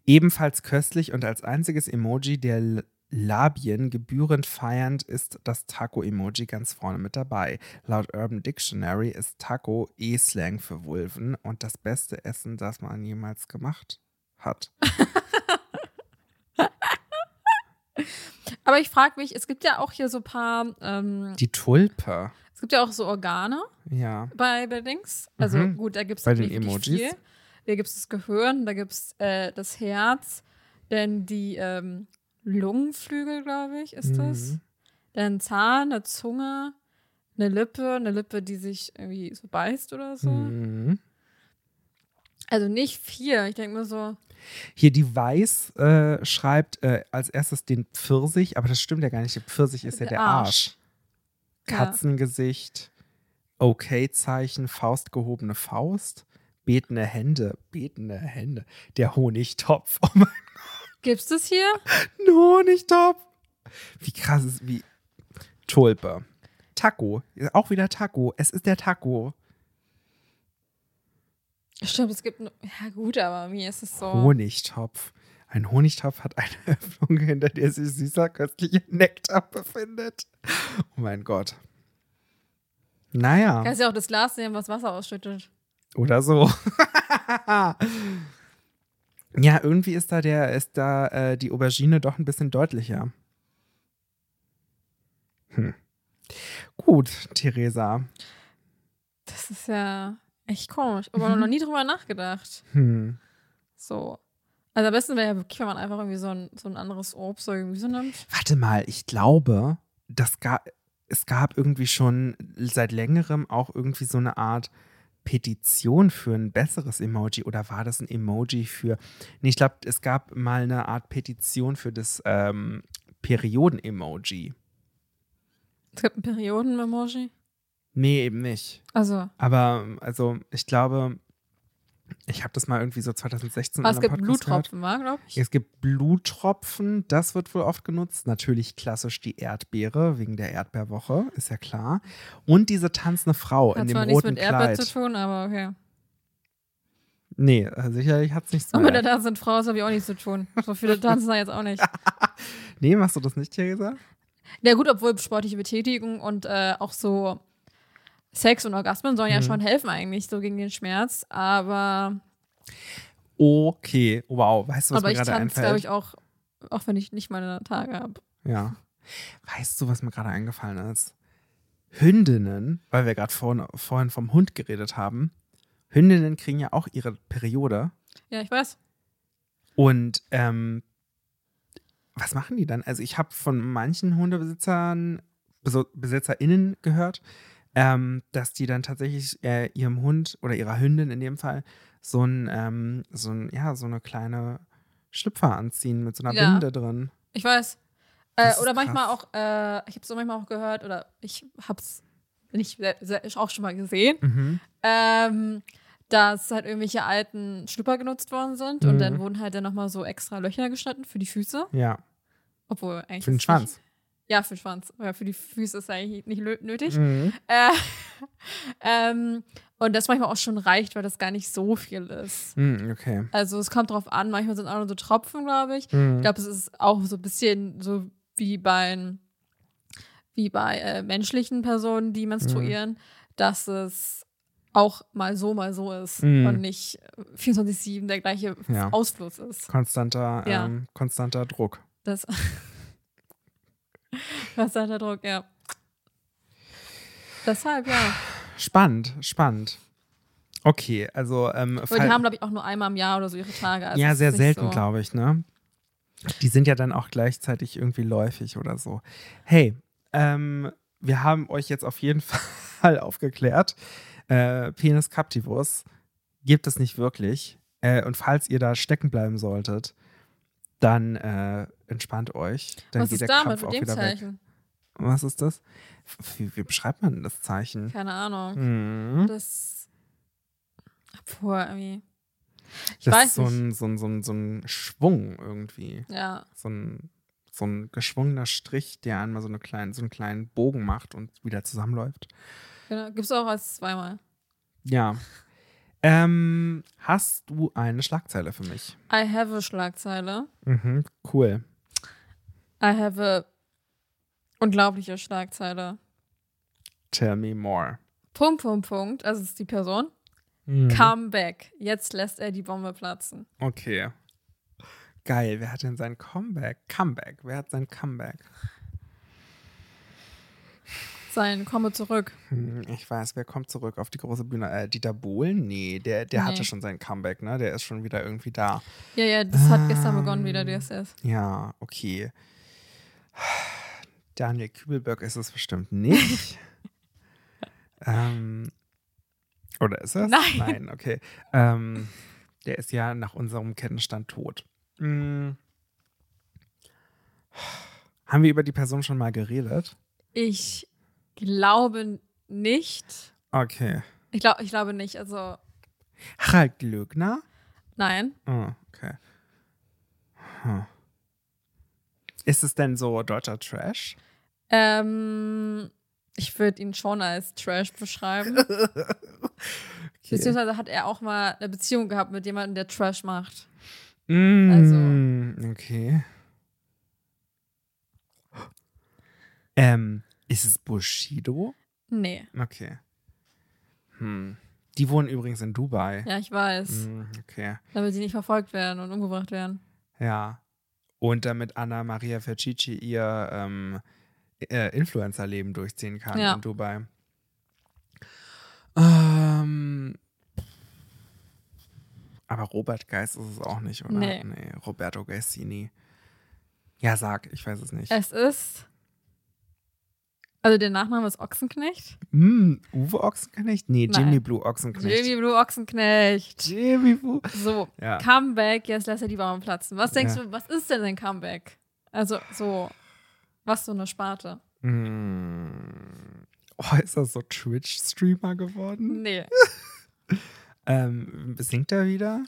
[SPEAKER 1] Ebenfalls köstlich und als einziges Emoji der L- Labien gebührend feiernd ist das Taco-Emoji ganz vorne mit dabei. Laut Urban Dictionary ist Taco E-Slang für Vulven und das beste Essen, das man jemals gemacht hat.
[SPEAKER 2] Aber ich frage mich, es gibt ja auch hier so ein paar, ähm,
[SPEAKER 1] Die Tulpe.
[SPEAKER 2] es gibt ja auch so Organe
[SPEAKER 1] Ja.
[SPEAKER 2] bei, bei Dings. Also
[SPEAKER 1] Mhm.
[SPEAKER 2] gut, da gibt es
[SPEAKER 1] Bei den Emojis.
[SPEAKER 2] Viel. Da gibt es das Gehirn, da gibt es äh, das Herz, dann die ähm, Lungenflügel, glaube ich, ist das.
[SPEAKER 1] Mhm.
[SPEAKER 2] Dann Zahn, eine Zunge, eine Lippe, eine Lippe, die sich irgendwie so beißt oder so.
[SPEAKER 1] Mhm.
[SPEAKER 2] Also nicht vier. Ich denke mir so,
[SPEAKER 1] Hier die Weiß äh, schreibt äh, als erstes den Pfirsich, aber das stimmt ja gar nicht. Der Pfirsich ist ja der,
[SPEAKER 2] Der
[SPEAKER 1] Arsch.
[SPEAKER 2] Arsch. Ja.
[SPEAKER 1] Katzengesicht, Okay-Zeichen, Faust gehobene Faust, betende Hände, betende Hände, der Honigtopf. Oh mein
[SPEAKER 2] gibt's das hier?
[SPEAKER 1] Gott, ein Honigtopf. Wie krass ist, wie Tulpe. Taco, auch wieder Taco. Es ist der Taco.
[SPEAKER 2] Stimmt, es gibt. n- Ja, gut, aber mir ist es so.
[SPEAKER 1] Honigtopf. Ein Honigtopf hat eine Öffnung, hinter der sich süßer, köstlicher Nektar befindet. Oh mein Gott. Naja,
[SPEAKER 2] Kannst ja auch das Glas nehmen, was Wasser ausschüttet.
[SPEAKER 1] oder so. ja, irgendwie ist da der, ist da äh, die Aubergine doch ein bisschen deutlicher. Hm. Gut, Theresa.
[SPEAKER 2] Das ist ja echt komisch. Aber
[SPEAKER 1] Mhm.
[SPEAKER 2] noch nie drüber nachgedacht.
[SPEAKER 1] Hm.
[SPEAKER 2] So. Also am besten wäre ja wirklich, wenn man einfach irgendwie so ein, so ein anderes Obst oder Gemüse nimmt.
[SPEAKER 1] Warte mal, ich glaube, das gab, es gab irgendwie schon seit längerem auch irgendwie so eine Art Petition für ein besseres Emoji oder war das ein Emoji für. Nee, ich glaube, es gab mal eine Art Petition für das ähm, Perioden-Emoji.
[SPEAKER 2] Es gibt ein Perioden-Emoji.
[SPEAKER 1] Nee, eben nicht.
[SPEAKER 2] Also,
[SPEAKER 1] Aber also ich glaube, ich habe das mal irgendwie so 2016
[SPEAKER 2] ah, es
[SPEAKER 1] in einem
[SPEAKER 2] gibt
[SPEAKER 1] Podcast gehört.
[SPEAKER 2] Bluttropfen, war, glaube ich.
[SPEAKER 1] Es gibt Bluttropfen, das wird wohl oft genutzt. Natürlich klassisch die Erdbeere wegen der Erdbeerwoche, ist ja klar. Und diese tanzende Frau Oh, in
[SPEAKER 2] Hat
[SPEAKER 1] dem
[SPEAKER 2] zwar nichts
[SPEAKER 1] roten
[SPEAKER 2] mit Erdbeer
[SPEAKER 1] Kleid.
[SPEAKER 2] zu tun, aber okay.
[SPEAKER 1] nee, äh, sicherlich hat es nichts
[SPEAKER 2] Und mit der
[SPEAKER 1] mit.
[SPEAKER 2] tanzenden Frau ist habe ich auch nichts zu tun. So viele tanzen da jetzt auch nicht.
[SPEAKER 1] Nee, machst du das nicht, Theresa?
[SPEAKER 2] Na gut, obwohl sportliche Betätigung und äh, auch so Sex und Orgasmen sollen ja
[SPEAKER 1] Mhm.
[SPEAKER 2] schon helfen eigentlich, so gegen den Schmerz. Aber,
[SPEAKER 1] Okay, wow, weißt du, was
[SPEAKER 2] aber
[SPEAKER 1] mir
[SPEAKER 2] ich
[SPEAKER 1] gerade
[SPEAKER 2] tanze, glaube
[SPEAKER 1] einfällt?
[SPEAKER 2] ich, auch, auch wenn ich nicht meine Tage habe.
[SPEAKER 1] Ja. Weißt du, was mir gerade eingefallen ist? Hündinnen, weil wir gerade vorhin, vorhin vom Hund geredet haben, Hündinnen kriegen ja auch ihre Periode.
[SPEAKER 2] Ja, ich weiß.
[SPEAKER 1] Und ähm, was machen die dann? Also ich habe von manchen Hundebesitzern, Beso- BesitzerInnen gehört, ähm, dass die dann tatsächlich äh, ihrem Hund oder ihrer Hündin in dem Fall so ein, ähm, so ein, ja, so eine kleine Schlüpfer anziehen mit so einer
[SPEAKER 2] Ja.
[SPEAKER 1] Binde drin.
[SPEAKER 2] Ich weiß. Äh,
[SPEAKER 1] Das ist
[SPEAKER 2] oder manchmal
[SPEAKER 1] krass.
[SPEAKER 2] auch, äh, ich habe es manchmal auch gehört oder ich habe es nicht sehr, sehr, auch schon mal gesehen,
[SPEAKER 1] Mhm.
[SPEAKER 2] ähm, dass halt irgendwelche alten Schlüpper genutzt worden sind und
[SPEAKER 1] Mhm.
[SPEAKER 2] dann wurden halt dann nochmal so extra Löcher geschnitten für die Füße.
[SPEAKER 1] Ja,
[SPEAKER 2] Obwohl eigentlich.
[SPEAKER 1] für den
[SPEAKER 2] ist
[SPEAKER 1] Schwanz.
[SPEAKER 2] Nicht, ja, für den Schwanz. Aber für die Füße ist eigentlich nicht lö- nötig.
[SPEAKER 1] Mhm.
[SPEAKER 2] Äh, ähm, und das manchmal auch schon reicht, weil das gar nicht so viel ist.
[SPEAKER 1] Mhm, okay.
[SPEAKER 2] Also es kommt drauf an, manchmal sind auch nur so Tropfen, glaube ich.
[SPEAKER 1] Mhm.
[SPEAKER 2] Ich glaube, es ist auch so ein bisschen so wie bei, wie bei äh, menschlichen Personen, die menstruieren,
[SPEAKER 1] Mhm.
[SPEAKER 2] dass es auch mal so, mal so ist
[SPEAKER 1] Mhm.
[SPEAKER 2] und nicht 24-7 der gleiche
[SPEAKER 1] Ja.
[SPEAKER 2] Ausfluss ist.
[SPEAKER 1] konstanter,
[SPEAKER 2] Ja.
[SPEAKER 1] ähm, konstanter Druck.
[SPEAKER 2] Das Was hat der Druck, ja. Deshalb, ja.
[SPEAKER 1] Spannend, spannend. Okay, also ähm,
[SPEAKER 2] Aber
[SPEAKER 1] fall-
[SPEAKER 2] die haben, glaube ich, auch nur einmal im Jahr oder so ihre Tage. Also
[SPEAKER 1] ja
[SPEAKER 2] es ist
[SPEAKER 1] sehr
[SPEAKER 2] nicht
[SPEAKER 1] selten,
[SPEAKER 2] so.
[SPEAKER 1] glaube ich. Ne, die sind ja dann auch gleichzeitig irgendwie läufig oder so. Hey, ähm, wir haben euch jetzt auf jeden Fall aufgeklärt. Äh, Penis Captivus gibt es nicht wirklich. Äh, und falls ihr da stecken bleiben solltet, dann äh, entspannt euch. Dann
[SPEAKER 2] Was
[SPEAKER 1] geht der
[SPEAKER 2] ist
[SPEAKER 1] Kampf
[SPEAKER 2] damit mit
[SPEAKER 1] auch
[SPEAKER 2] dem
[SPEAKER 1] wieder weg.
[SPEAKER 2] Zeichen?
[SPEAKER 1] Was ist das? Wie, wie beschreibt man das Zeichen?
[SPEAKER 2] Keine Ahnung.
[SPEAKER 1] Hm.
[SPEAKER 2] Das. Obwohl, irgendwie. Ich
[SPEAKER 1] das
[SPEAKER 2] weiß
[SPEAKER 1] ist so
[SPEAKER 2] nicht.
[SPEAKER 1] ein, so, ein, so, ein, so ein Schwung irgendwie.
[SPEAKER 2] Ja.
[SPEAKER 1] So ein, so ein geschwungener Strich, der einmal so, eine kleinen, so einen kleinen Bogen macht und wieder zusammenläuft.
[SPEAKER 2] Genau. Gibt's auch als zweimal.
[SPEAKER 1] Ja. Ähm, hast du eine Schlagzeile für mich?
[SPEAKER 2] I have a Schlagzeile.
[SPEAKER 1] Mhm, cool.
[SPEAKER 2] I have a unglaubliche Schlagzeile.
[SPEAKER 1] Tell me more.
[SPEAKER 2] Punkt, Punkt, Punkt. Also es ist die Person.
[SPEAKER 1] Mhm.
[SPEAKER 2] Come back. Jetzt lässt er die Bombe platzen.
[SPEAKER 1] Okay. Geil, wer hat denn sein Comeback? Comeback, wer hat sein Comeback?
[SPEAKER 2] Sein Komme zurück.
[SPEAKER 1] Hm, Ich weiß, wer kommt zurück auf die große Bühne? Äh, Dieter Bohlen? Nee, der, der
[SPEAKER 2] Nee.
[SPEAKER 1] hatte schon sein Comeback, ne? Der ist schon wieder irgendwie da.
[SPEAKER 2] Ja, ja, das hat gestern
[SPEAKER 1] Ähm.
[SPEAKER 2] begonnen wieder, DSS.
[SPEAKER 1] Ja, okay. Daniel Kübelberg ist es bestimmt nicht. ähm, oder ist es?
[SPEAKER 2] Nein.
[SPEAKER 1] Nein, okay. Ähm, der ist ja nach unserem Kettenstand tot. Hm. Haben wir über die Person schon mal geredet?
[SPEAKER 2] Ich glaube nicht.
[SPEAKER 1] Okay.
[SPEAKER 2] Ich, glaub, ich glaube nicht. Also,
[SPEAKER 1] Harald Glöckner?
[SPEAKER 2] nein.
[SPEAKER 1] Ah, okay. Hm. Ist es denn so deutscher Trash?
[SPEAKER 2] Ähm, ich würde ihn schon als Trash beschreiben.
[SPEAKER 1] Okay.
[SPEAKER 2] Beziehungsweise hat er auch mal eine Beziehung gehabt mit jemandem, der Trash macht.
[SPEAKER 1] Mm, Okay. Ähm, ist es Bushido?
[SPEAKER 2] Nee.
[SPEAKER 1] Okay. Hm. Die wohnen übrigens in Dubai.
[SPEAKER 2] Ja, ich weiß.
[SPEAKER 1] Mm, okay.
[SPEAKER 2] Damit sie nicht verfolgt werden und umgebracht werden.
[SPEAKER 1] Ja. Und damit Anna Maria Fercici ihr ähm, äh, Influencer-Leben durchziehen kann
[SPEAKER 2] Ja.
[SPEAKER 1] in Dubai. Ähm, aber Robert Geist ist es auch nicht, oder?
[SPEAKER 2] Nee.
[SPEAKER 1] Roberto Gaisini. Ja, sag, ich weiß es nicht.
[SPEAKER 2] Es ist. Also der Nachname ist Ochsenknecht.
[SPEAKER 1] Hm, Uwe Ochsenknecht? Nee,
[SPEAKER 2] Nein.
[SPEAKER 1] Jimmy Blue Ochsenknecht.
[SPEAKER 2] Jimmy Blue Ochsenknecht.
[SPEAKER 1] Jimmy Blue.
[SPEAKER 2] So,
[SPEAKER 1] Ja.
[SPEAKER 2] Comeback, jetzt lässt er die Bauern platzen. Was denkst
[SPEAKER 1] Ja.
[SPEAKER 2] du, was ist denn sein Comeback? Also, so, was so eine Sparte?
[SPEAKER 1] Hm. Oh, ist er so Twitch-Streamer geworden?
[SPEAKER 2] Nee.
[SPEAKER 1] Ähm, singt er wieder?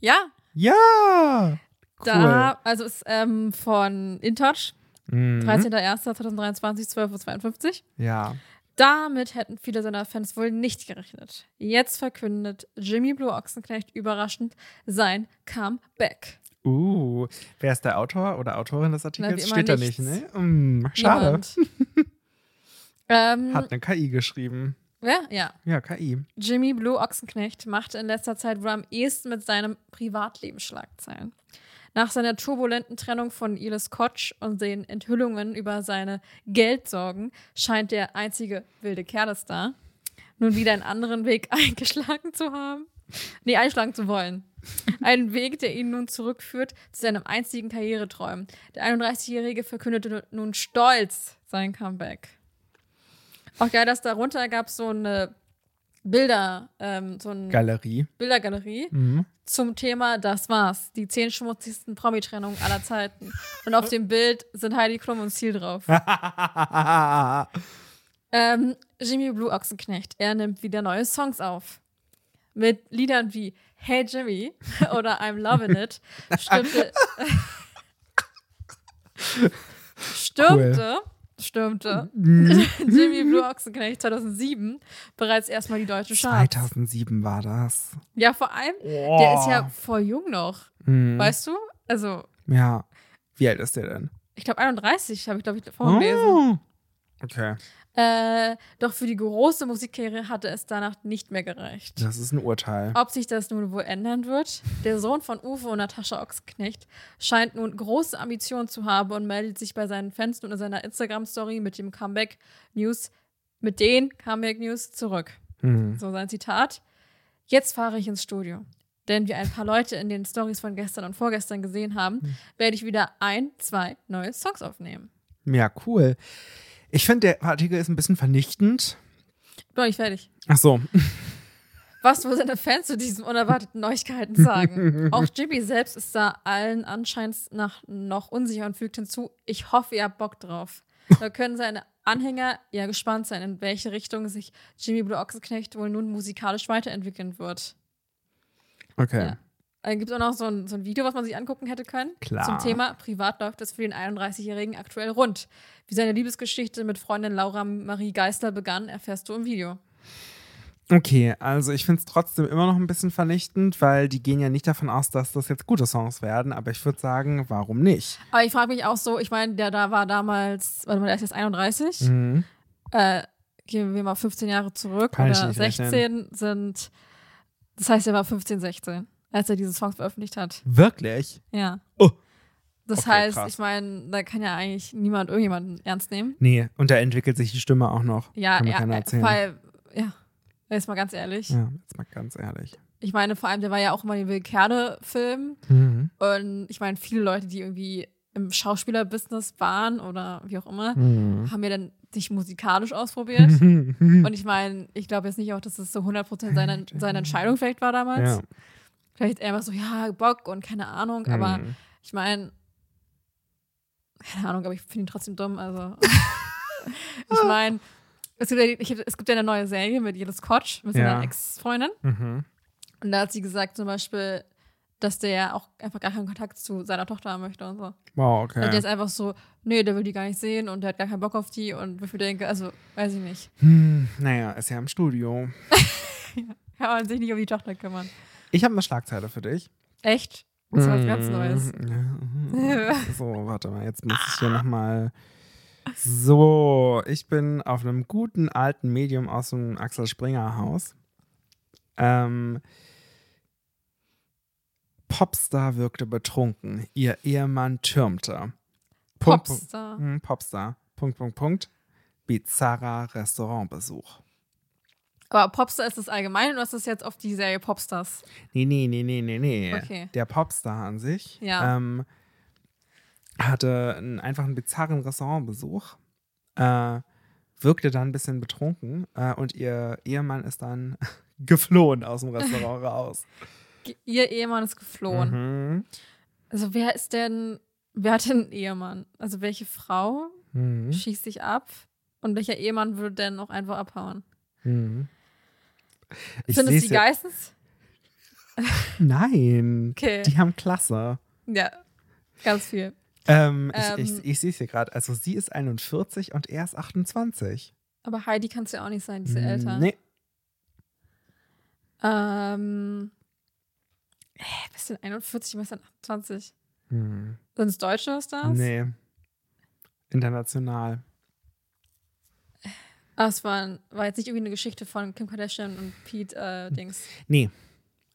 [SPEAKER 2] Ja,
[SPEAKER 1] Ja! Cool.
[SPEAKER 2] da, also ist ähm, von InTouch,
[SPEAKER 1] Mhm.
[SPEAKER 2] 13.01.2023, 12.52 Uhr.
[SPEAKER 1] Ja.
[SPEAKER 2] Damit hätten viele seiner Fans wohl nicht gerechnet. Jetzt verkündet Jimmy Blue Ochsenknecht überraschend sein Comeback.
[SPEAKER 1] Uh, wer ist der Autor oder Autorin des Artikels?
[SPEAKER 2] wie immer
[SPEAKER 1] Steht da nicht,
[SPEAKER 2] nichts.
[SPEAKER 1] ne? Mm, schade.
[SPEAKER 2] Niemand. ähm,
[SPEAKER 1] Hat eine KI geschrieben.
[SPEAKER 2] wer? Ja.
[SPEAKER 1] Ja,
[SPEAKER 2] Mhm.
[SPEAKER 1] KI.
[SPEAKER 2] Jimmy Blue Ochsenknecht machte in letzter Zeit wohl am ehesten mit seinem Privatleben Schlagzeilen. Nach seiner turbulenten Trennung von Ilis Kotsch und den Enthüllungen über seine Geldsorgen scheint der einzige wilde Kerlestar nun wieder einen anderen Weg eingeschlagen zu haben. Nee, einschlagen zu wollen. Ein Weg, der ihn nun zurückführt zu seinem einzigen Karriereträumen. Der 31-Jährige verkündete nun stolz sein Comeback. Auch geil, dass darunter gab es so eine Bilder, ähm, so eine
[SPEAKER 1] Galerie.
[SPEAKER 2] Bildergalerie
[SPEAKER 1] Mhm.
[SPEAKER 2] zum Thema Das war's. Die zehn schmutzigsten Promi-Trennungen aller Zeiten. Und auf dem Bild sind Heidi Klum und Ziel drauf. Ähm, Jimmy Blue Ochsenknecht. Er nimmt wieder neue Songs auf. Mit Liedern wie Hey Jimmy oder I'm Lovin' It stürmte. stürmte. Stürmte Jimmy Blue Ochsenknecht 2007 bereits erstmal die deutschen Charts.
[SPEAKER 1] 2007 war das.
[SPEAKER 2] Ja, vor allem,
[SPEAKER 1] Oh.
[SPEAKER 2] der ist ja voll jung noch.
[SPEAKER 1] Mhm.
[SPEAKER 2] Weißt du? Also,
[SPEAKER 1] Ja. Wie alt ist der denn?
[SPEAKER 2] ich glaube 31 habe ich, glaube ich, vorgelesen.
[SPEAKER 1] Oh. Okay,
[SPEAKER 2] Äh, doch für die große Musikkarriere hatte es danach nicht mehr gereicht.
[SPEAKER 1] das ist ein Urteil.
[SPEAKER 2] Ob sich das nun wohl ändern wird? Der Sohn von Uwe und Natascha Ochsknecht scheint nun große Ambitionen zu haben und meldet sich bei seinen Fans und in seiner Instagram-Story mit dem Comeback News, mit den Comeback News zurück.
[SPEAKER 1] Mhm.
[SPEAKER 2] So sein Zitat. Jetzt fahre ich ins Studio. Denn wie ein paar Leute in den Stories von gestern und vorgestern gesehen haben, werde ich wieder ein, zwei neue Songs aufnehmen.
[SPEAKER 1] Ja, cool. Ich finde, der Artikel ist ein bisschen vernichtend.
[SPEAKER 2] Bin ich fertig.
[SPEAKER 1] Ach so.
[SPEAKER 2] Was wohl seine Fans zu diesen unerwarteten Neuigkeiten sagen? Auch Jibby selbst ist da allen anscheinend nach noch unsicher und fügt hinzu, ich hoffe, ihr habt Bock drauf. Da können seine Anhänger ja gespannt sein, in welche Richtung sich Jimmy Blue Ochsenknecht wohl nun musikalisch weiterentwickeln wird.
[SPEAKER 1] Okay.
[SPEAKER 2] Ja. Dann gibt es auch noch so ein, so ein Video, was man sich angucken hätte können.
[SPEAKER 1] Klar.
[SPEAKER 2] Zum Thema Privat läuft es für den 31-Jährigen aktuell rund. Wie seine Liebesgeschichte mit Freundin Laura Marie Geisler begann, erfährst du im Video.
[SPEAKER 1] Okay, also ich finde es trotzdem immer noch ein bisschen vernichtend, weil die gehen ja nicht davon aus, dass das jetzt gute Songs werden, aber ich würde sagen, warum nicht?
[SPEAKER 2] Aber ich frage mich auch so, ich meine, der da war damals, warte mal, der ist jetzt 31.
[SPEAKER 1] Mhm.
[SPEAKER 2] Äh, gehen wir mal 15 Jahre zurück
[SPEAKER 1] Kann ich
[SPEAKER 2] oder
[SPEAKER 1] nicht
[SPEAKER 2] 16
[SPEAKER 1] rechnen.
[SPEAKER 2] sind, das heißt, er war 15, 16, als er diese Songs veröffentlicht hat.
[SPEAKER 1] Wirklich?
[SPEAKER 2] Ja.
[SPEAKER 1] Oh.
[SPEAKER 2] Das
[SPEAKER 1] Okay,
[SPEAKER 2] heißt,
[SPEAKER 1] krass.
[SPEAKER 2] ich meine, da kann ja eigentlich niemand irgendjemanden ernst nehmen.
[SPEAKER 1] Nee, und da entwickelt sich die Stimme auch noch.
[SPEAKER 2] Ja, äh,
[SPEAKER 1] Kann mir
[SPEAKER 2] er,
[SPEAKER 1] keiner
[SPEAKER 2] er,
[SPEAKER 1] erzählen.
[SPEAKER 2] weil, ja, jetzt mal ganz ehrlich.
[SPEAKER 1] ja, jetzt mal ganz ehrlich.
[SPEAKER 2] Ich meine, vor allem, der war ja auch immer in den Wilkerde-Filmen.
[SPEAKER 1] Mhm.
[SPEAKER 2] Und ich meine, viele Leute, die irgendwie im Schauspielerbusiness waren oder wie auch immer,
[SPEAKER 1] Mhm.
[SPEAKER 2] haben wir dann sich musikalisch ausprobiert.
[SPEAKER 1] Hm.
[SPEAKER 2] Und ich meine, ich glaube jetzt nicht auch, dass es so 100% seine, seine Entscheidung vielleicht war damals.
[SPEAKER 1] ja.
[SPEAKER 2] Vielleicht eher mal so, ja, Bock und keine Ahnung. Aber
[SPEAKER 1] Mhm.
[SPEAKER 2] ich meine, keine Ahnung, aber ich finde ihn trotzdem dumm. Also, ich meine, es gibt, ja, die- ich, hab- es gibt ja eine neue Serie mit Jedes Kotsch, mit seiner
[SPEAKER 1] Ja.
[SPEAKER 2] Ex-Freundin.
[SPEAKER 1] Mhm.
[SPEAKER 2] Und da hat sie gesagt zum Beispiel, dass der ja auch einfach gar keinen Kontakt zu seiner Tochter haben möchte und so.
[SPEAKER 1] Wow,
[SPEAKER 2] Und der
[SPEAKER 1] okay.
[SPEAKER 2] ist einfach so, nee, der will die gar nicht sehen und der hat gar keinen Bock auf die. Und wo ich mir denke, also, weiß ich nicht.
[SPEAKER 1] Hm, naja, ist ja im Studio.
[SPEAKER 2] Kann man sich nicht um die Tochter kümmern.
[SPEAKER 1] Ich habe eine Schlagzeile für dich.
[SPEAKER 2] Echt? Das war was ganz Neues. Ah.
[SPEAKER 1] Neues. Mm, mhm. so, warte mal, jetzt muss ich hier nochmal. So, ich bin auf einem guten alten Medium aus dem Axel Springer Haus. Ähm, Popstar wirkte betrunken, ihr Ehemann türmte. Punkt, Punkt.
[SPEAKER 2] Popstar.
[SPEAKER 1] Hm, Popstar. Punkt, Punkt, Punkt. Bizarrer Restaurantbesuch.
[SPEAKER 2] Aber Popstar ist das allgemein oder ist das jetzt auf die Serie Popstars?
[SPEAKER 1] Nee, nee, nee, nee, nee, nee.
[SPEAKER 2] Okay.
[SPEAKER 1] Der Popstar an sich
[SPEAKER 2] Ja.
[SPEAKER 1] ähm, hatte einen, einfach einen bizarren Restaurantbesuch, äh, wirkte dann ein bisschen betrunken äh, und ihr Ehemann ist dann geflohen aus dem Restaurant raus.
[SPEAKER 2] Ge- Ihr Ehemann ist geflohen.
[SPEAKER 1] Mhm.
[SPEAKER 2] Also, wer ist denn, wer hat denn einen Ehemann? Also, welche Frau
[SPEAKER 1] Mhm.
[SPEAKER 2] schießt sich ab? Und welcher Ehemann würde denn auch einfach abhauen?
[SPEAKER 1] Mhm. Ich
[SPEAKER 2] Sind es
[SPEAKER 1] seh's
[SPEAKER 2] die
[SPEAKER 1] ja-
[SPEAKER 2] Geissens?
[SPEAKER 1] Nein,
[SPEAKER 2] Okay.
[SPEAKER 1] die haben Klasse.
[SPEAKER 2] Ja, ganz viel.
[SPEAKER 1] Ähm, ich
[SPEAKER 2] Ähm.
[SPEAKER 1] ich, ich sehe es hier gerade. Also sie ist 41 und er ist 28.
[SPEAKER 2] Aber Heidi kann es ja auch nicht sein, diese
[SPEAKER 1] Mm,
[SPEAKER 2] Eltern.
[SPEAKER 1] Nee,
[SPEAKER 2] Ähm. Hä, bist du denn 41, bist du denn 28?
[SPEAKER 1] Hm.
[SPEAKER 2] Sind es deutsche Stars?
[SPEAKER 1] Nee. International.
[SPEAKER 2] Ah, es war, war jetzt nicht irgendwie eine Geschichte von Kim Kardashian und Pete äh, Dings.
[SPEAKER 1] Nee.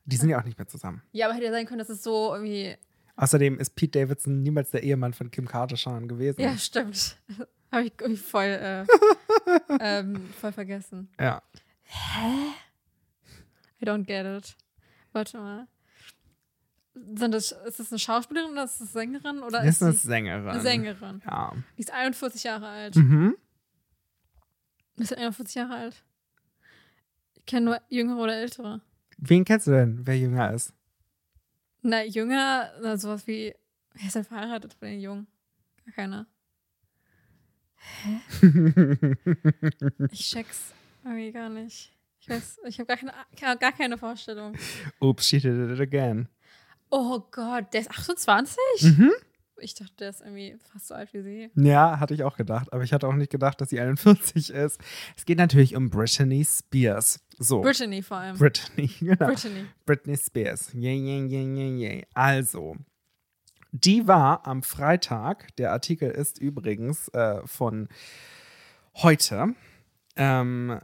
[SPEAKER 1] Die sind ja auch nicht mehr zusammen.
[SPEAKER 2] Ja, aber hätte ja sein können, dass es so irgendwie.
[SPEAKER 1] Außerdem ist Pete Davidson niemals der Ehemann von Kim Kardashian gewesen.
[SPEAKER 2] Ja, stimmt. Habe ich irgendwie voll, äh, ähm, voll vergessen.
[SPEAKER 1] Ja.
[SPEAKER 2] I don't get it. Warte mal. Sind das, ist das eine Schauspielerin oder ist das eine Sängerin? Oder
[SPEAKER 1] Das ist
[SPEAKER 2] ist
[SPEAKER 1] eine
[SPEAKER 2] sie
[SPEAKER 1] Sängerin.
[SPEAKER 2] eine Sängerin?
[SPEAKER 1] Ja.
[SPEAKER 2] Die ist 41 Jahre alt.
[SPEAKER 1] Mhm.
[SPEAKER 2] Ist sie 41 Jahre alt? Ich kenne nur Jüngere oder Ältere.
[SPEAKER 1] Wen kennst du denn, wer jünger ist?
[SPEAKER 2] Na, Jünger, na, sowas wie. Wer ist denn verheiratet bei den Jungen? Gar keiner. Hä? ich check's irgendwie gar nicht. Ich weiß, ich habe gar keine, gar keine Vorstellung.
[SPEAKER 1] Oops, she did it again.
[SPEAKER 2] Oh Gott, der ist 28?
[SPEAKER 1] Mhm.
[SPEAKER 2] Ich dachte, der ist irgendwie fast so alt wie sie.
[SPEAKER 1] Ja, hatte ich auch gedacht. Aber ich hatte auch nicht gedacht, dass sie 41 ist. Es geht natürlich um Britney Spears. So.
[SPEAKER 2] Brittany vor allem.
[SPEAKER 1] Britney, genau.
[SPEAKER 2] Brittany.
[SPEAKER 1] Britney Spears. Yay, yay, yay, yay, yay. Also, die war am Freitag, der Artikel ist übrigens äh, von heute, ähm,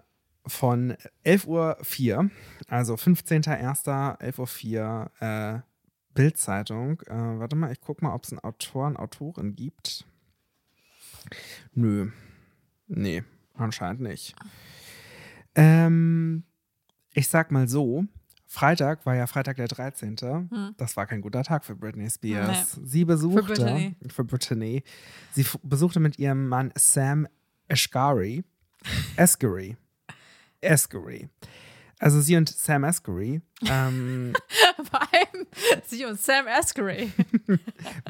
[SPEAKER 1] von 11.04 Uhr, also 15.01.11.04 Uhr, äh, Bildzeitung. Äh, warte mal, ich guck mal, ob es einen Autor, eine Autorin gibt. Nö. Nee, anscheinend nicht. Ähm, ich sag mal so, Freitag war ja Freitag der 13. Das war kein guter Tag für Britney Spears. Sie besuchte
[SPEAKER 2] Für Britney.
[SPEAKER 1] für Britney. Sie f- besuchte mit ihrem Mann Sam Eskari. Eskari. Eskari. Also sie und Sam Eskari. Ähm,
[SPEAKER 2] Vor allem sie und Sam Askeray.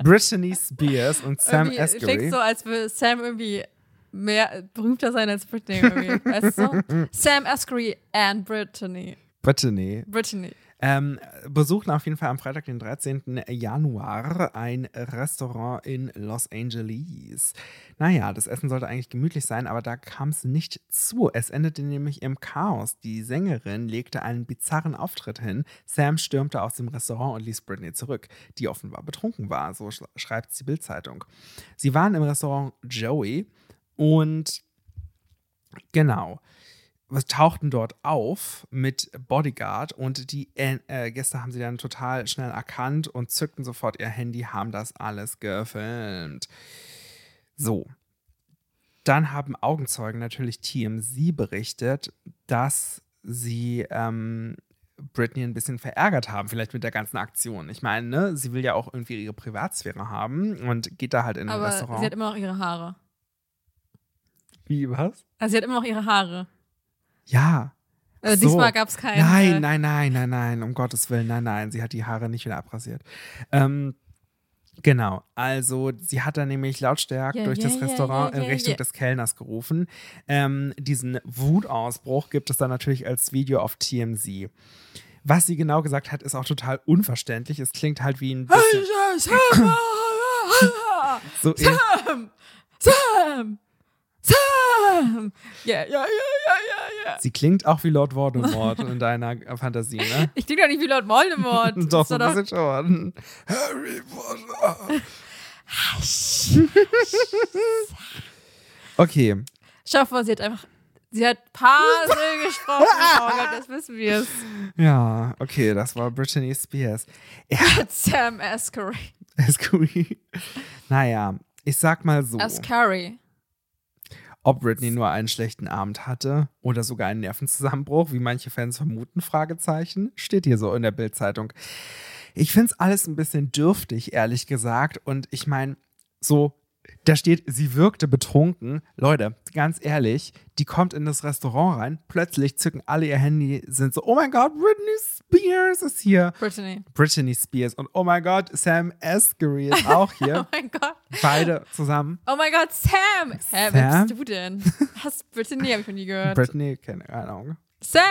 [SPEAKER 1] Britney Spears und Sam
[SPEAKER 2] Irgendwie äh, Klingt
[SPEAKER 1] Eskari.
[SPEAKER 2] so, als würde Sam irgendwie mehr äh, berühmter sein als Britney. Irgendwie. weißt du? Sam Askery and Britney.
[SPEAKER 1] Britney.
[SPEAKER 2] Britney.
[SPEAKER 1] Ähm, besuchten auf jeden Fall am Freitag, den 13. Januar, ein Restaurant in Los Angeles. Naja, das Essen sollte eigentlich gemütlich sein, aber da kam es nicht zu. Es endete nämlich im Chaos. Die Sängerin legte einen bizarren Auftritt hin. Sam stürmte aus dem Restaurant und ließ Britney zurück, die offenbar betrunken war, so sch schreibt die Bildzeitung. Sie waren im Restaurant Joey und genau was tauchten dort auf mit Bodyguard und die äh, äh, Gäste haben sie dann total schnell erkannt und zückten sofort ihr Handy, haben das alles gefilmt. So. Dann haben Augenzeugen natürlich TMZ berichtet, dass sie ähm, Britney ein bisschen verärgert haben, vielleicht mit der ganzen Aktion. Ich meine, ne, sie will ja auch irgendwie ihre Privatsphäre haben und geht da halt in ein
[SPEAKER 2] Aber
[SPEAKER 1] Restaurant.
[SPEAKER 2] sie hat immer noch ihre Haare.
[SPEAKER 1] Wie, was?
[SPEAKER 2] Also sie hat immer noch ihre Haare.
[SPEAKER 1] Ja,
[SPEAKER 2] Also
[SPEAKER 1] Ach so.
[SPEAKER 2] diesmal gab es keinen.
[SPEAKER 1] Nein,
[SPEAKER 2] äh,
[SPEAKER 1] nein, nein, nein, nein, um Gottes Willen, nein, nein, sie hat die Haare nicht wieder abrasiert. Ähm, genau, also sie hat dann nämlich lautstark
[SPEAKER 2] Ja,
[SPEAKER 1] durch
[SPEAKER 2] ja,
[SPEAKER 1] das
[SPEAKER 2] ja,
[SPEAKER 1] Restaurant
[SPEAKER 2] ja,
[SPEAKER 1] in
[SPEAKER 2] ja,
[SPEAKER 1] Richtung
[SPEAKER 2] ja.
[SPEAKER 1] des Kellners gerufen. Ähm, diesen Wutausbruch gibt es dann natürlich als Video auf TMZ. Was sie genau gesagt hat, ist auch total unverständlich. Es klingt halt wie ein bisschen
[SPEAKER 2] oh, Sam!
[SPEAKER 1] so ähn-
[SPEAKER 2] Sam! oh, Sam! Sam! Ja, ja, ja, ja, ja, ja.
[SPEAKER 1] Sie klingt auch wie Lord Voldemort in deiner Fantasie, ne?
[SPEAKER 2] Ich klinge doch nicht wie Lord Voldemort.
[SPEAKER 1] Doch,
[SPEAKER 2] Das war
[SPEAKER 1] ein bisschen schon. Harry Potter. okay.
[SPEAKER 2] Schau vor, sie hat einfach. Sie hat Parsel gesprochen. Oh Gott, das wissen wir es.
[SPEAKER 1] Ja, okay, das war Britney Spears.
[SPEAKER 2] Sam Askery.
[SPEAKER 1] Escuri. Naja, ich sag mal
[SPEAKER 2] Oh.
[SPEAKER 1] so,
[SPEAKER 2] Askery.
[SPEAKER 1] ob Britney nur einen schlechten Abend hatte oder sogar einen Nervenzusammenbruch, wie manche Fans vermuten, Fragezeichen, steht hier so in der Bildzeitung. Ich find's alles ein bisschen dürftig, ehrlich gesagt. Und ich meine, so, da steht, sie wirkte betrunken. Leute, ganz ehrlich, die kommt in das Restaurant rein, plötzlich zücken alle ihr Handy, sind so, oh mein Gott, Britney Spears ist hier.
[SPEAKER 2] Brittany.
[SPEAKER 1] Britney Spears und oh mein Gott, Sam Eskery ist auch
[SPEAKER 2] Oh
[SPEAKER 1] hier.
[SPEAKER 2] mein Gott.
[SPEAKER 1] Beide zusammen.
[SPEAKER 2] Oh mein Gott, Sam! Hä,
[SPEAKER 1] Sam?
[SPEAKER 2] wer bist du denn? Hast Brittany, habe ich noch nie gehört.
[SPEAKER 1] Britney, keine Ahnung.
[SPEAKER 2] Sam,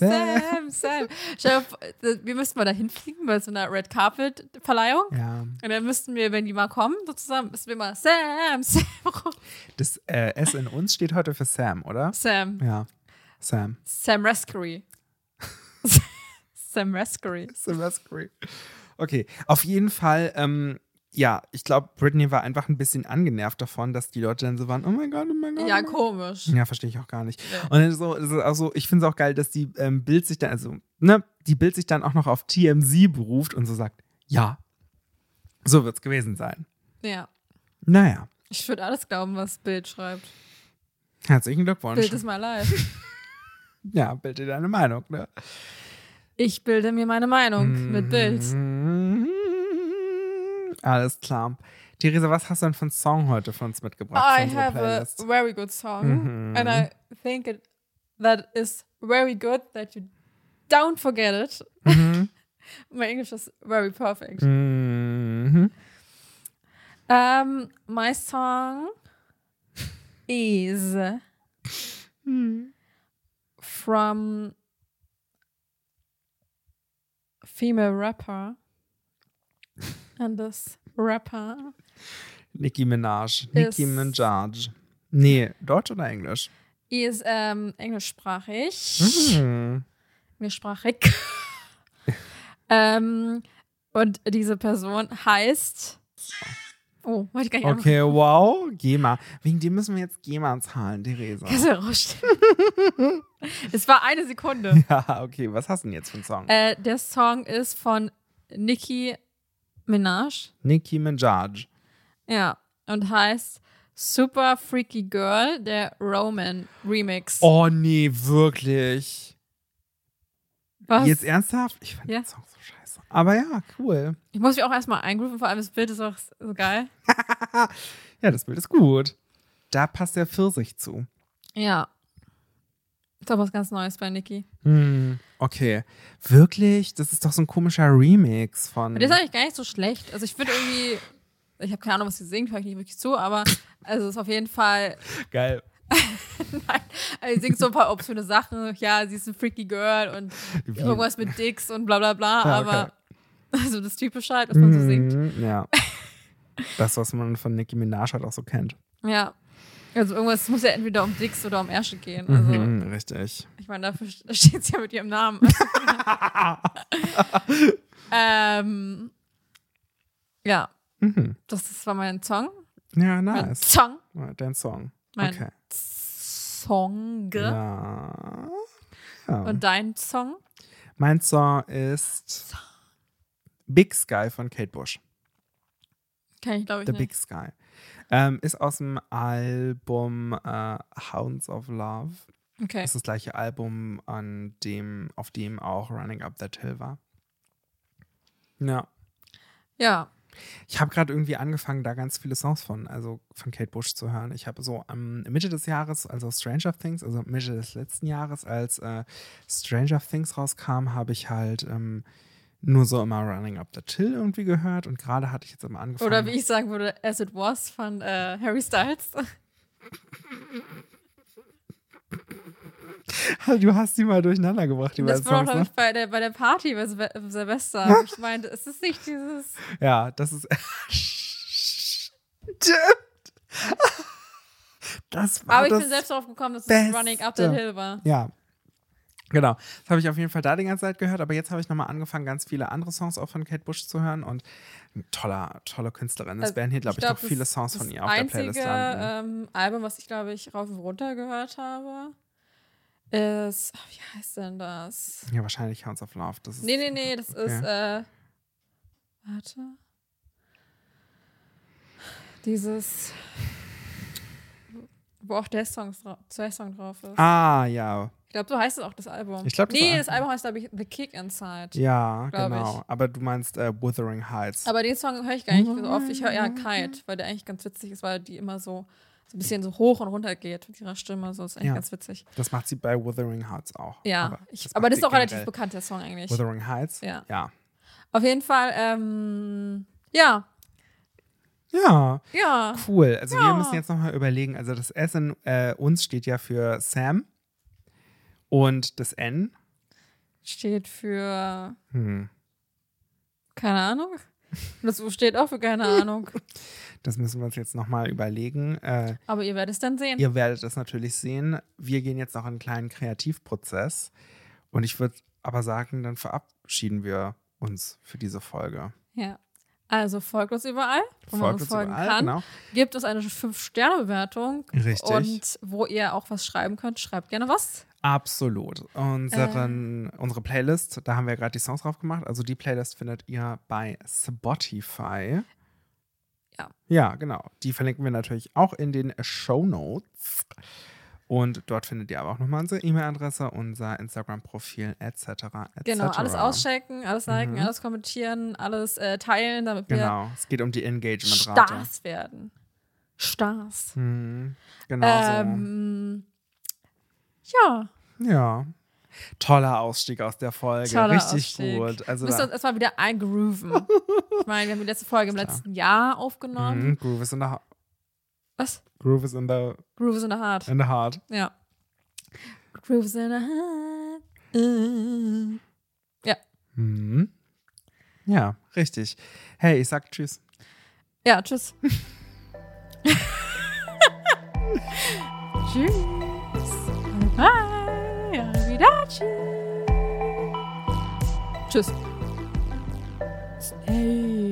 [SPEAKER 1] Sam.
[SPEAKER 2] Sam, Sam. Stell dir vor, das- wir müssten mal dahin fliegen bei so einer Red Carpet Verleihung.
[SPEAKER 1] Ja.
[SPEAKER 2] Und dann müssten wir, wenn die mal kommen, so zusammen, müssten wir mal Sam, Sam, rufen.
[SPEAKER 1] Das äh, S in uns steht heute für Sam, oder?
[SPEAKER 2] Sam,
[SPEAKER 1] Ja. Sam.
[SPEAKER 2] Sam Reskery. Sam Reskery.
[SPEAKER 1] Sam Eskery. Okay, auf jeden Fall, ähm, ja, ich glaube, Britney war einfach ein bisschen angenervt davon, dass die Leute dann so waren, oh mein Gott, oh mein Gott.
[SPEAKER 2] Ja,
[SPEAKER 1] oh mein Gott.
[SPEAKER 2] komisch.
[SPEAKER 1] Ja, verstehe ich auch gar nicht.
[SPEAKER 2] Ja.
[SPEAKER 1] Und dann so, so- also ich finde es auch geil, dass die ähm, Bild sich dann, also, ne, die Bild sich dann auch noch auf TMZ beruft und so sagt, ja, so wird's gewesen sein.
[SPEAKER 2] Ja.
[SPEAKER 1] Naja,
[SPEAKER 2] Ich würde alles glauben, was Bild schreibt.
[SPEAKER 1] herzlichen Glückwunsch.
[SPEAKER 2] Bild ist mal live.
[SPEAKER 1] ja, bilde deine Meinung, ne? Mm.
[SPEAKER 2] Ich bilde mir meine Meinung mit Bild.
[SPEAKER 1] Mhm. Alles klar. Theresa, was hast du denn für einen Song heute für uns mitgebracht? für
[SPEAKER 2] I
[SPEAKER 1] unsere
[SPEAKER 2] have
[SPEAKER 1] Playlist?
[SPEAKER 2] a very good song,
[SPEAKER 1] Mhm.
[SPEAKER 2] and I think it, that is very good that you don't forget it.
[SPEAKER 1] Mhm.
[SPEAKER 2] My English is very perfect.
[SPEAKER 1] Mhm.
[SPEAKER 2] Um, my song is from female rapper, and this rapper
[SPEAKER 1] Nicki Minaj. Nicki
[SPEAKER 2] Ist-
[SPEAKER 1] Minaj. Nee, Deutsch oder Englisch?
[SPEAKER 2] is um, englischsprachig.
[SPEAKER 1] Mhm.
[SPEAKER 2] englischsprachig. ähm, und diese Person heißt. Oh, wollte ich gar nicht anmachen.
[SPEAKER 1] Okay, wow. GEMA. Wegen dem müssen wir jetzt GEMA zahlen, Theresa.
[SPEAKER 2] Kannst du ja rausstellen. es war eine Sekunde.
[SPEAKER 1] Ja, okay. Was hast du denn jetzt für einen Song?
[SPEAKER 2] äh, der Song ist von Nicki Minaj.
[SPEAKER 1] Nicki Minaj.
[SPEAKER 2] Ja. Und heißt Super Freaky Girl, der Roman Remix.
[SPEAKER 1] Oh, nee, wirklich.
[SPEAKER 2] Was?
[SPEAKER 1] Jetzt ernsthaft? Ich fand
[SPEAKER 2] Ja.
[SPEAKER 1] den Song so scheiße. Aber ja, cool.
[SPEAKER 2] Ich muss mich auch erstmal eingrooven, vor allem das Bild ist auch so geil.
[SPEAKER 1] Ja, das Bild ist gut. Da passt der Pfirsich zu.
[SPEAKER 2] Ja. Ist doch was ganz Neues bei Nicki.
[SPEAKER 1] Hm, okay. Wirklich? Das ist doch so ein komischer Remix von.
[SPEAKER 2] Und der ist eigentlich gar nicht so schlecht. Also ich finde irgendwie, ich habe keine Ahnung, was sie singt, höre ich nicht wirklich zu, aber also ist auf jeden Fall,
[SPEAKER 1] Geil.
[SPEAKER 2] nein, also sie singt so ein paar obszöne Sachen. Ja, sie ist ein freaky Girl und
[SPEAKER 1] Wie-
[SPEAKER 2] irgendwas mit Dicks und bla bla bla,
[SPEAKER 1] Ja, okay.
[SPEAKER 2] aber also das Typische halt, was man so singt.
[SPEAKER 1] Mhm, Ja. Das, was man von Nicki Minaj halt auch so kennt.
[SPEAKER 2] Ja. Also irgendwas es muss ja entweder um Dicks oder um Ärsche gehen. Also
[SPEAKER 1] Mhm, richtig.
[SPEAKER 2] ich meine, dafür steht es ja mit ihrem Namen. ähm, ja,
[SPEAKER 1] Mhm.
[SPEAKER 2] das, das war mein Song.
[SPEAKER 1] Ja,
[SPEAKER 2] Mein
[SPEAKER 1] nice.
[SPEAKER 2] Song.
[SPEAKER 1] Dein Song.
[SPEAKER 2] Mein
[SPEAKER 1] okay.
[SPEAKER 2] Song.
[SPEAKER 1] Ja. ja.
[SPEAKER 2] Und dein Song?
[SPEAKER 1] mein Song ist Big Sky von Kate Bush.
[SPEAKER 2] Kenn ich, glaube ich,
[SPEAKER 1] The
[SPEAKER 2] nicht.
[SPEAKER 1] Big Sky. Ähm, ist aus dem Album äh, Hounds of Love.
[SPEAKER 2] Okay.
[SPEAKER 1] Das ist das gleiche Album, an dem, auf dem auch Running Up That Hill war. Ja.
[SPEAKER 2] Ja.
[SPEAKER 1] Ich habe gerade irgendwie angefangen, da ganz viele Songs von, also von Kate Bush zu hören. Ich habe so am Mitte des Jahres, also Stranger Things, also Mitte des letzten Jahres, als äh, Stranger Things rauskam, habe ich halt ähm, nur so immer Running Up That Hill irgendwie gehört und gerade hatte ich jetzt immer angefangen.
[SPEAKER 2] Oder wie ich sagen würde, As It Was von äh, Harry Styles.
[SPEAKER 1] Du hast die mal durcheinander gebracht, die
[SPEAKER 2] Das
[SPEAKER 1] beiden
[SPEAKER 2] war
[SPEAKER 1] Songs.
[SPEAKER 2] doch, glaube
[SPEAKER 1] Ne?
[SPEAKER 2] ich, bei der, bei der Party bei Silve- äh, Silvester. Ich meinte, es ist nicht dieses.
[SPEAKER 1] Ja, das ist. Stimmt. das war
[SPEAKER 2] Aber ich
[SPEAKER 1] Ah, das
[SPEAKER 2] bin selbst darauf gekommen, dass es
[SPEAKER 1] Beste.
[SPEAKER 2] Running Up That Hill war.
[SPEAKER 1] Ja. Genau. Das habe ich auf jeden Fall da die ganze Zeit gehört, aber jetzt habe ich nochmal angefangen, ganz viele andere Songs auch von Kate Bush zu hören und ein toller, tolle Künstlerin. Es
[SPEAKER 2] Also,
[SPEAKER 1] werden hier, glaube ich,
[SPEAKER 2] glaub,
[SPEAKER 1] noch viele
[SPEAKER 2] das-
[SPEAKER 1] Songs
[SPEAKER 2] das
[SPEAKER 1] von ihr auf der
[SPEAKER 2] einzige,
[SPEAKER 1] Playlist landen.
[SPEAKER 2] ähm, Album, was ich, glaube ich, rauf und runter gehört habe, ist. ach, Wie heißt denn das?
[SPEAKER 1] ja, wahrscheinlich Hounds of Love. Das ist,
[SPEAKER 2] Nee, nee, nee, das
[SPEAKER 1] Okay.
[SPEAKER 2] ist, äh, warte. Dieses, wo auch der Song, dra- zwei Song drauf ist.
[SPEAKER 1] Ah, ja.
[SPEAKER 2] Ich glaube, so heißt es auch das Album.
[SPEAKER 1] Ich glaub, das
[SPEAKER 2] nee,
[SPEAKER 1] Al-
[SPEAKER 2] das Album heißt, glaube ich, The Kick Inside.
[SPEAKER 1] Ja,
[SPEAKER 2] Glaub
[SPEAKER 1] genau. Aber du meinst äh, Wuthering Heights.
[SPEAKER 2] Aber den Song höre ich gar nicht so oft. Ich höre eher
[SPEAKER 1] Mhm.
[SPEAKER 2] Kite, weil der eigentlich ganz witzig ist, weil die immer so, so ein bisschen so hoch und runter geht mit ihrer Stimme. So ist eigentlich
[SPEAKER 1] Ja.
[SPEAKER 2] ganz witzig.
[SPEAKER 1] das macht sie bei Wuthering Heights auch.
[SPEAKER 2] Ja, aber ich, das, aber
[SPEAKER 1] macht
[SPEAKER 2] das
[SPEAKER 1] sie
[SPEAKER 2] ist auch relativ
[SPEAKER 1] generell.
[SPEAKER 2] bekannt, der Song eigentlich.
[SPEAKER 1] Wuthering Heights?
[SPEAKER 2] Ja.
[SPEAKER 1] Ja.
[SPEAKER 2] Auf jeden Fall, ähm, ja,
[SPEAKER 1] Ja.
[SPEAKER 2] ja.
[SPEAKER 1] Cool. Also wir
[SPEAKER 2] Ja.
[SPEAKER 1] müssen jetzt nochmal überlegen. Also das S in äh, uns steht ja für Sam und das N.
[SPEAKER 2] steht für
[SPEAKER 1] Hm.
[SPEAKER 2] keine Ahnung. Und das U steht auch für keine Ahnung.
[SPEAKER 1] Das müssen wir uns jetzt nochmal überlegen. Äh,
[SPEAKER 2] Aber ihr werdet es dann sehen.
[SPEAKER 1] ihr werdet es natürlich sehen. Wir gehen jetzt noch in einen kleinen Kreativprozess. Und ich würde aber sagen, dann verabschieden wir uns für diese Folge.
[SPEAKER 2] Ja. Also folgt uns überall, wo man uns folgen kann.
[SPEAKER 1] genau.
[SPEAKER 2] Gebt uns eine 5-Sterne-Bewertung.
[SPEAKER 1] Richtig.
[SPEAKER 2] Und wo ihr auch was schreiben könnt, schreibt gerne was.
[SPEAKER 1] Absolut. Unseren,
[SPEAKER 2] Ähm.
[SPEAKER 1] Unsere Playlist, da haben wir gerade die Songs drauf gemacht. Also die Playlist findet ihr bei Spotify.
[SPEAKER 2] Ja.
[SPEAKER 1] Ja, genau. Die verlinken wir natürlich auch in den Show Notes. Und dort findet ihr aber auch nochmal unsere E-Mail-Adresse, unser Instagram-Profil etc. etc.
[SPEAKER 2] Genau, alles auschecken, alles liken, alles kommentieren, alles äh, teilen, damit wir
[SPEAKER 1] Mhm. Genau, es geht um die Engagement-Rate.
[SPEAKER 2] Stars werden. Stars.
[SPEAKER 1] Mhm, genau
[SPEAKER 2] Ähm, ja,
[SPEAKER 1] so. Ja. Toller Ausstieg aus der Folge.
[SPEAKER 2] Toller
[SPEAKER 1] Richtig
[SPEAKER 2] Ausstieg.
[SPEAKER 1] gut. Also
[SPEAKER 2] wir müssen
[SPEAKER 1] da,
[SPEAKER 2] uns erstmal wieder eingrooven. ich meine, wir haben die letzte Folge im letzten Jahr aufgenommen.
[SPEAKER 1] Mhm, Groove is in the ha-
[SPEAKER 2] Was?
[SPEAKER 1] Groove is in the,
[SPEAKER 2] Grooves in the Heart.
[SPEAKER 1] in the heart.
[SPEAKER 2] Ja. Grooves in the Heart. Äh.
[SPEAKER 1] Mhm. Ja, richtig. Hey, ich sag Tschüss.
[SPEAKER 2] Ja, tschüss. tschüss. Bye. Arrivederci. Tschüss. Hey.